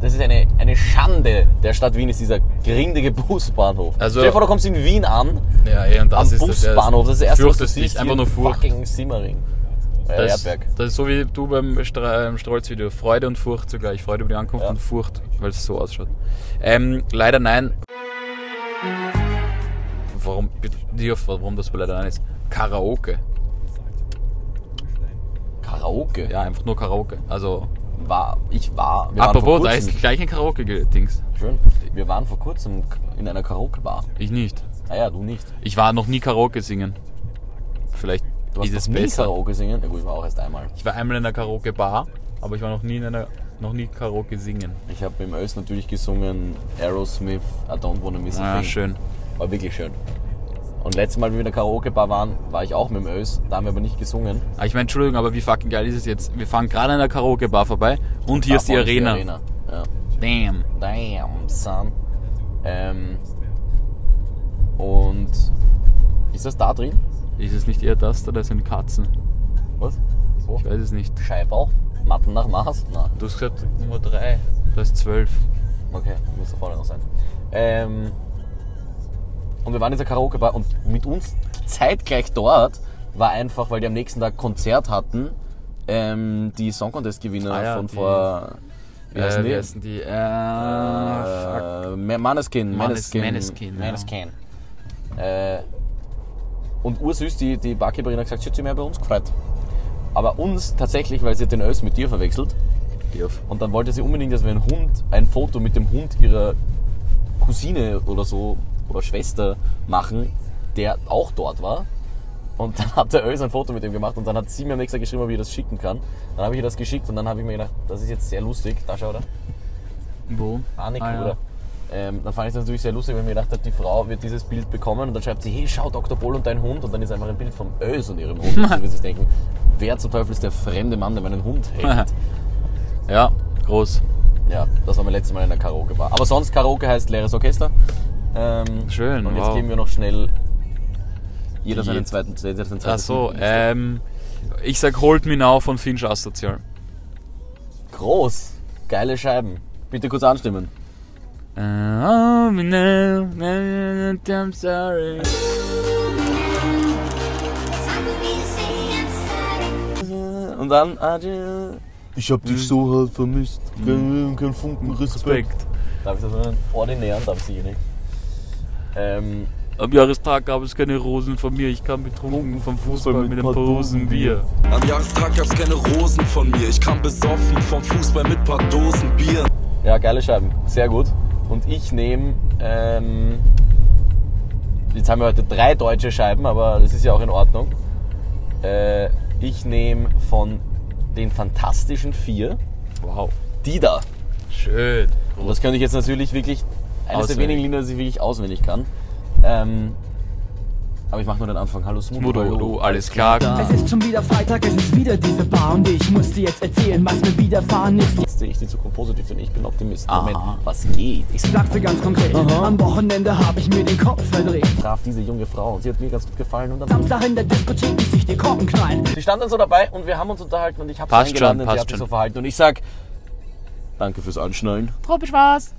S3: das ist eine, eine Schande der Stadt Wien, ist dieser grindige Busbahnhof.
S4: Also-
S3: Stell dir vor, du kommst in Wien an,
S4: Ja, ja, und das
S3: am
S4: ist
S3: Busbahnhof. Das ist das erste, was du
S4: Fürchtest
S3: siehst.
S4: dich, einfach
S3: hier
S4: nur
S3: in
S4: Furcht.
S3: Fucking Simmering. Äh,
S4: Das,
S3: Erdberg.
S4: das ist so wie du beim Stra ähm, Strolz-Video. Freude und Furcht zugleich. Freude über die Ankunft
S3: Ja.
S4: und Furcht, weil es so ausschaut. Ähm, leider nein. Warum, die- warum das bei leider nein ist? Karaoke.
S3: Karaoke.
S4: Ja, einfach nur Karaoke. Also,
S3: War, ich war. wir waren vor
S4: apropos, da
S3: kurzem-
S4: ist gleich ein Karaoke-Dings.
S3: Schön. Wir waren vor kurzem in einer Karaoke-Bar.
S4: Ich nicht.
S3: Naja, du nicht.
S4: Ich war noch nie Karaoke singen. Vielleicht
S3: Du hast
S4: ist es
S3: noch nie
S4: besser.
S3: Karaoke singen? Ja gut, ich war auch erst einmal.
S4: Ich war einmal in einer Karaoke-Bar, aber ich war noch nie in einer, noch nie Karaoke singen.
S3: Ich habe im Ös natürlich gesungen Aerosmith, I Don't Wanna Miss a
S4: Ja,
S3: Thing.
S4: Ah, schön.
S3: War wirklich schön. Und letztes Mal, wie wir in der Karaoke-Bar waren, war ich auch mit dem Ös. Da haben wir aber nicht gesungen.
S4: Aber Ah, ich meine, Entschuldigung, aber wie fucking geil ist es jetzt? Wir fahren gerade an einer Karaoke-Bar vorbei und hier
S3: Da
S4: ist die
S3: vorne
S4: Arena.
S3: Ja.
S4: Damn.
S3: Damn, son. Ähm, und ist das da drin?
S4: Ist es nicht eher das da? Da sind Katzen.
S3: Was? Wo?
S4: Ich weiß es nicht.
S3: Scheibau? Matten nach Maß? Nein.
S4: Du hast gesagt Nummer 3. Da ist 12.
S3: Okay, muss da vorne noch sein. Ähm, und wir waren in dieser Karaoke-Bar und mit uns zeitgleich dort war einfach, weil die am nächsten Tag Konzert hatten, ähm, die Song Contest-Gewinner
S4: Ah ja,
S3: von
S4: die-
S3: vor. Wie
S4: Äh,
S3: heißen die?
S4: wie heißen die? Äh, fuck.
S3: äh, Ma- Maneskin.
S4: Manes-
S3: Maneskin.
S4: Maneskin, ja.
S3: Maneskin. Äh, und ursüß, die, die Barkeeperin hat gesagt, sie hat sich mehr bei uns gefreut. Aber uns tatsächlich, weil sie hat den Ös mit dir verwechselt. Und dann wollte sie unbedingt, dass wir einen Hund, ein Foto mit dem Hund ihrer Cousine oder so oder Schwester machen, der auch dort war. Und dann hat der Ös ein Foto mit ihm gemacht und dann hat sie mir am nächsten Tag geschrieben, ob ich ihr das schicken kann. Dann habe ich ihr das geschickt und dann habe ich mir gedacht, das ist jetzt sehr lustig. Da schau, oder? Äh,
S4: Wo?
S3: Panik,
S4: Ah, ja.
S3: oder? Ähm, dann fand ich das natürlich sehr lustig, weil ich mir gedacht habe, die Frau wird dieses Bild bekommen und dann schreibt sie, hey, schau, Dr. Bohl und dein Hund und dann ist einfach ein Bild vom Ös und ihrem Hund. Und sie wird sich denken, wer zum Teufel ist der fremde Mann, der meinen Hund hält?
S4: (laughs) Ja, groß.
S3: Ja, das war mein letztes Mal in der Karaoke-Bar. Aber sonst, Karaoke heißt leeres Orchester. Ähm,
S4: Schön,
S3: Und jetzt
S4: wow.
S3: geben wir noch schnell jeder seinen
S4: Jetzt-
S3: zweiten, jeder seinen zweiten
S4: Ach so,
S3: Punkt.
S4: ähm, ich sag Hold Me Now von Finch Asozial.
S3: Groß, geile Scheiben. Bitte kurz anstimmen.
S4: Äh, Hold me ne, now, now that I'm sorry.
S3: Und dann, Hm. adieu. Ich hab dich so hart vermisst. Kein, kein Funken
S4: Respekt.
S3: Darf ich das nennen? Ordinären darf sie nicht. Ähm,
S4: Am Jahrestag gab es keine Rosen von mir, ich kam betrunken vom Fußball mit einem
S3: paar
S4: Dosen Bier.
S7: Am Jahrestag gab's keine Rosen von mir. Ich kam besoffen vom Fußball mit paar Dosen Bier.
S3: Ja, geile Scheiben. Sehr gut. Und ich nehme, ähm, jetzt haben wir heute drei deutsche Scheiben, aber das ist ja auch in Ordnung. Äh, ich nehme von den Fantastischen Vier
S4: Wow.
S3: die da.
S4: Schön.
S3: Und das könnte ich jetzt natürlich wirklich, eines der
S4: Auswendig.
S3: wenigen Lieder, das ich wirklich auswendig kann. Ähm, aber ich mache nur den Anfang. Hallo Smudo,
S4: Mudo,
S3: hallo.
S4: du, alles klar.
S7: Es ist schon wieder Freitag, es ist wieder diese Bar und ich muss dir jetzt erzählen, was mir widerfahren ist.
S3: Jetzt sehe ich die Zukunft positiv, denn ich bin Optimist. Moment, was geht? Ich
S7: Ich sag's dir ganz konkret, am Wochenende hab ich mir den Kopf verdreht.
S3: traf diese junge Frau und sie hat mir ganz gut gefallen. Und dann
S7: Samstag in der Diskothek, bis sich die Korken knallen.
S3: sie stand dann so dabei und wir haben uns unterhalten und ich habe sie
S4: Passt
S3: eingeladen
S4: schon,
S3: und sie
S4: passt
S3: hat sich
S4: schon.
S3: so verhalten. Und ich sag, danke fürs Anschnallen.
S2: Tropisch war's.